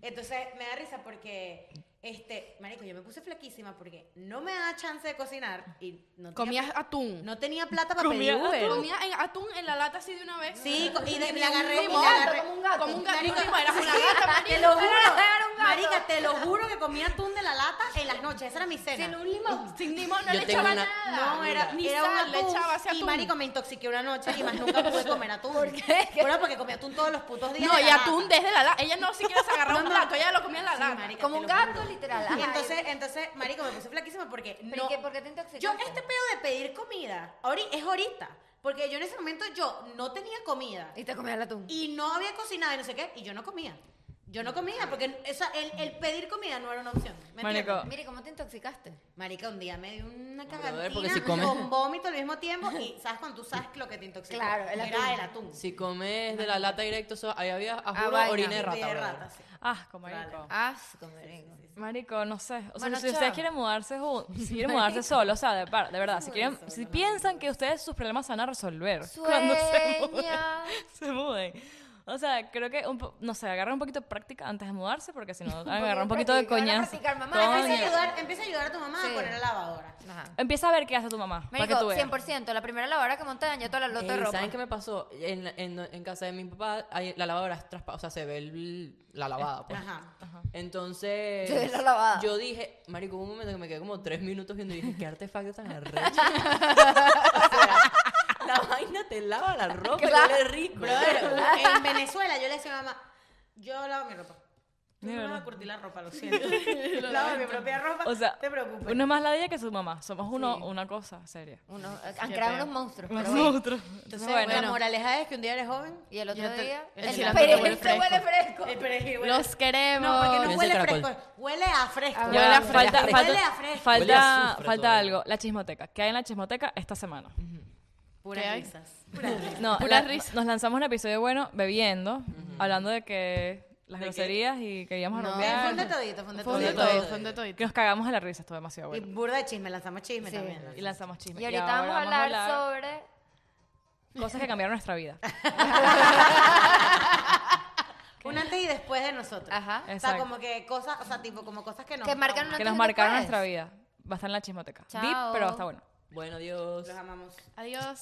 [SPEAKER 6] Entonces me da risa porque, este, marico, yo me puse flaquísima porque no me daba chance de cocinar y no tenía,
[SPEAKER 7] Comías atún.
[SPEAKER 6] no tenía plata para
[SPEAKER 3] Comía
[SPEAKER 6] pedir Uber.
[SPEAKER 7] Comía en atún en la lata así de una vez.
[SPEAKER 6] Sí, co- y de-
[SPEAKER 7] Ni
[SPEAKER 6] le agarré,
[SPEAKER 7] un
[SPEAKER 6] y le
[SPEAKER 7] limón,
[SPEAKER 6] agarré-
[SPEAKER 7] Como un gato. Como un gato.
[SPEAKER 6] Marico,
[SPEAKER 7] Marico, eras una gata,
[SPEAKER 6] Te
[SPEAKER 7] marico.
[SPEAKER 6] lo juro,
[SPEAKER 4] Era un gato.
[SPEAKER 6] marica, te lo juro que comía atún de la lata en las noches. Esa era mi cena.
[SPEAKER 7] Sin un limón. Sin limón no
[SPEAKER 5] Yo
[SPEAKER 7] le
[SPEAKER 5] tengo
[SPEAKER 7] echaba
[SPEAKER 5] una-
[SPEAKER 7] nada.
[SPEAKER 6] No, era,
[SPEAKER 7] Ni
[SPEAKER 6] era
[SPEAKER 7] sal,
[SPEAKER 6] un
[SPEAKER 7] le
[SPEAKER 6] atún,
[SPEAKER 7] echaba así
[SPEAKER 6] Y
[SPEAKER 7] atún.
[SPEAKER 6] marico, me intoxiqué una noche y más nunca pude comer atún. ¿Por qué? Bueno, porque comía atún todos los putos días.
[SPEAKER 7] No,
[SPEAKER 6] de
[SPEAKER 7] y
[SPEAKER 6] la
[SPEAKER 7] atún
[SPEAKER 6] lata.
[SPEAKER 7] desde la lata. Ella no siquiera se agarraba un plato, ella lo comía en la
[SPEAKER 6] Sí,
[SPEAKER 7] lata.
[SPEAKER 6] marica,
[SPEAKER 4] Como
[SPEAKER 6] te
[SPEAKER 4] un
[SPEAKER 7] Ah,
[SPEAKER 6] lo juro.
[SPEAKER 4] gato, literal. ajá.
[SPEAKER 6] Entonces, entonces, marico, me puse flaquísima porque
[SPEAKER 4] ¿Pero
[SPEAKER 6] no...
[SPEAKER 4] y qué? ¿Por qué te intoxicaste?
[SPEAKER 6] Yo, este pedo de pedir comida, ahori- es ahorita. Porque yo en ese momento, yo no tenía comida.
[SPEAKER 4] Y te comía el atún.
[SPEAKER 6] y no había cocinado y no sé qué, y yo no comía. Yo no comía, porque o sea, el, el pedir comida no era una opción. ¿me
[SPEAKER 3] Marico.
[SPEAKER 6] entiendes?
[SPEAKER 4] Mire, ¿cómo te intoxicaste?
[SPEAKER 6] Marica, un día me dio una
[SPEAKER 5] brother, porque
[SPEAKER 6] cagantina
[SPEAKER 5] si comes-
[SPEAKER 6] con vómito al mismo tiempo y sabes cuando tú sabes lo que te intoxica.
[SPEAKER 4] Claro, el atún.
[SPEAKER 6] Era el atún.
[SPEAKER 5] Si comes de la lata directo, eso- ahí había, a juro,
[SPEAKER 4] vaina.
[SPEAKER 5] orina de
[SPEAKER 6] De
[SPEAKER 5] rata. brother.
[SPEAKER 6] rata, sí.
[SPEAKER 3] Asco, Ah, marico.
[SPEAKER 4] Asco, marico.
[SPEAKER 3] Marico, no sé. O sea,
[SPEAKER 4] Bueno,
[SPEAKER 3] si ustedes
[SPEAKER 4] chao.
[SPEAKER 3] quieren mudarse, ju- si quieren mudarse solo, o sea, de, par- de verdad, si quieren, si piensan que ustedes sus problemas se van a resolver cuando se muden,
[SPEAKER 4] Sueña.
[SPEAKER 3] se muden. O sea, creo que, un po- no sé, agarren un poquito de práctica antes de mudarse, porque si no, van a agarrar un poquito de
[SPEAKER 4] práctica, van a
[SPEAKER 3] coñazo.
[SPEAKER 4] practicar, mamá,
[SPEAKER 3] Coño.
[SPEAKER 6] Empieza a, ayudar, empieza a ayudar a tu mamá
[SPEAKER 4] Sí.
[SPEAKER 6] a poner la lavadora.
[SPEAKER 4] Ajá.
[SPEAKER 3] Empieza a ver qué hace tu mamá, para que tú
[SPEAKER 4] Marico,
[SPEAKER 3] veas.
[SPEAKER 4] 100%. La primera lavadora que montaban, yo toda la lota de
[SPEAKER 5] Ey,
[SPEAKER 4] ropa.
[SPEAKER 5] Eh, ¿Saben qué me pasó? En, en, en casa de mi papá, hay- la lavadora es traspa, o sea, se ve el- la lavada, pues.
[SPEAKER 6] Ajá.
[SPEAKER 5] Entonces,
[SPEAKER 4] Se ve la lavada.
[SPEAKER 5] yo dije, marico, hubo un momento que me quedé como tres minutos viendo y dije, qué artefacto tan arrecho. o sea, la vaina te lava la ropa
[SPEAKER 4] Claro.
[SPEAKER 5] y huele rico.
[SPEAKER 6] Brother, en Venezuela yo le decía a mamá, yo lavo mi ropa. Tú
[SPEAKER 3] De
[SPEAKER 6] no me vas
[SPEAKER 3] verdad.
[SPEAKER 6] a curtir la ropa, lo siento. lavo mi propia ropa,
[SPEAKER 3] O sea,
[SPEAKER 6] te preocupes.
[SPEAKER 3] uno es más ladilla que su mamá. Somos uno, una cosa seria.
[SPEAKER 4] Uno, han creado unos monstruos. pero bueno.
[SPEAKER 3] Nosotros. Entonces,
[SPEAKER 6] Entonces,
[SPEAKER 3] bueno,
[SPEAKER 6] la moraleja es que un día eres joven.
[SPEAKER 4] Y el otro
[SPEAKER 7] Yo te-
[SPEAKER 4] día.
[SPEAKER 7] el
[SPEAKER 4] El
[SPEAKER 7] cilantro huele
[SPEAKER 4] perejil se huele fresco.
[SPEAKER 6] El perejil huele-
[SPEAKER 7] Los queremos.
[SPEAKER 6] No, porque
[SPEAKER 5] Huele
[SPEAKER 6] no
[SPEAKER 5] a
[SPEAKER 6] huele
[SPEAKER 5] caracol.
[SPEAKER 6] fresco. Huele a fresco.
[SPEAKER 4] Ah,
[SPEAKER 3] ya,
[SPEAKER 7] huele a fresco.
[SPEAKER 3] falta, falta,
[SPEAKER 6] Huele a fresco.
[SPEAKER 3] falta-
[SPEAKER 5] Huele a azufre
[SPEAKER 3] falta
[SPEAKER 5] todavía.
[SPEAKER 3] algo. La chismoteca. ¿Qué hay en la chismoteca esta semana?
[SPEAKER 7] ¿Qué
[SPEAKER 6] Puras
[SPEAKER 7] hay?
[SPEAKER 6] risas. Puras risas.
[SPEAKER 3] No,
[SPEAKER 7] Pura
[SPEAKER 3] la-
[SPEAKER 7] risa.
[SPEAKER 3] nos lanzamos un episodio bueno bebiendo, hablando de que las
[SPEAKER 5] ¿De qué?
[SPEAKER 3] groserías y queríamos
[SPEAKER 7] No.
[SPEAKER 3] romper.
[SPEAKER 6] Fonde todito, fonde
[SPEAKER 7] Fue un de
[SPEAKER 6] todito.
[SPEAKER 7] todo, fue un de todito.
[SPEAKER 3] Que nos cagamos a la risa, estuvo demasiado
[SPEAKER 6] Y
[SPEAKER 3] bueno.
[SPEAKER 6] burda de chisme, lanzamos chisme
[SPEAKER 4] Sí.
[SPEAKER 6] también.
[SPEAKER 3] Y lanzamos chismes.
[SPEAKER 4] Y ahorita vamos a hablar sobre.
[SPEAKER 3] cosas que cambiaron nuestra vida.
[SPEAKER 6] Un antes y después de nosotros.
[SPEAKER 4] Ajá.
[SPEAKER 6] O sea,
[SPEAKER 3] Exacto.
[SPEAKER 6] como que cosas, o sea, tipo, como cosas que nos...
[SPEAKER 4] Que marcan
[SPEAKER 6] trauman.
[SPEAKER 4] una-
[SPEAKER 3] que nos
[SPEAKER 4] Entonces,
[SPEAKER 3] marcaron
[SPEAKER 4] después.
[SPEAKER 3] nuestra vida. Va a estar en la chismoteca. Deep,
[SPEAKER 4] Chao.
[SPEAKER 3] pero está bueno.
[SPEAKER 5] Bueno, Dios.
[SPEAKER 6] Los amamos.
[SPEAKER 7] Adiós.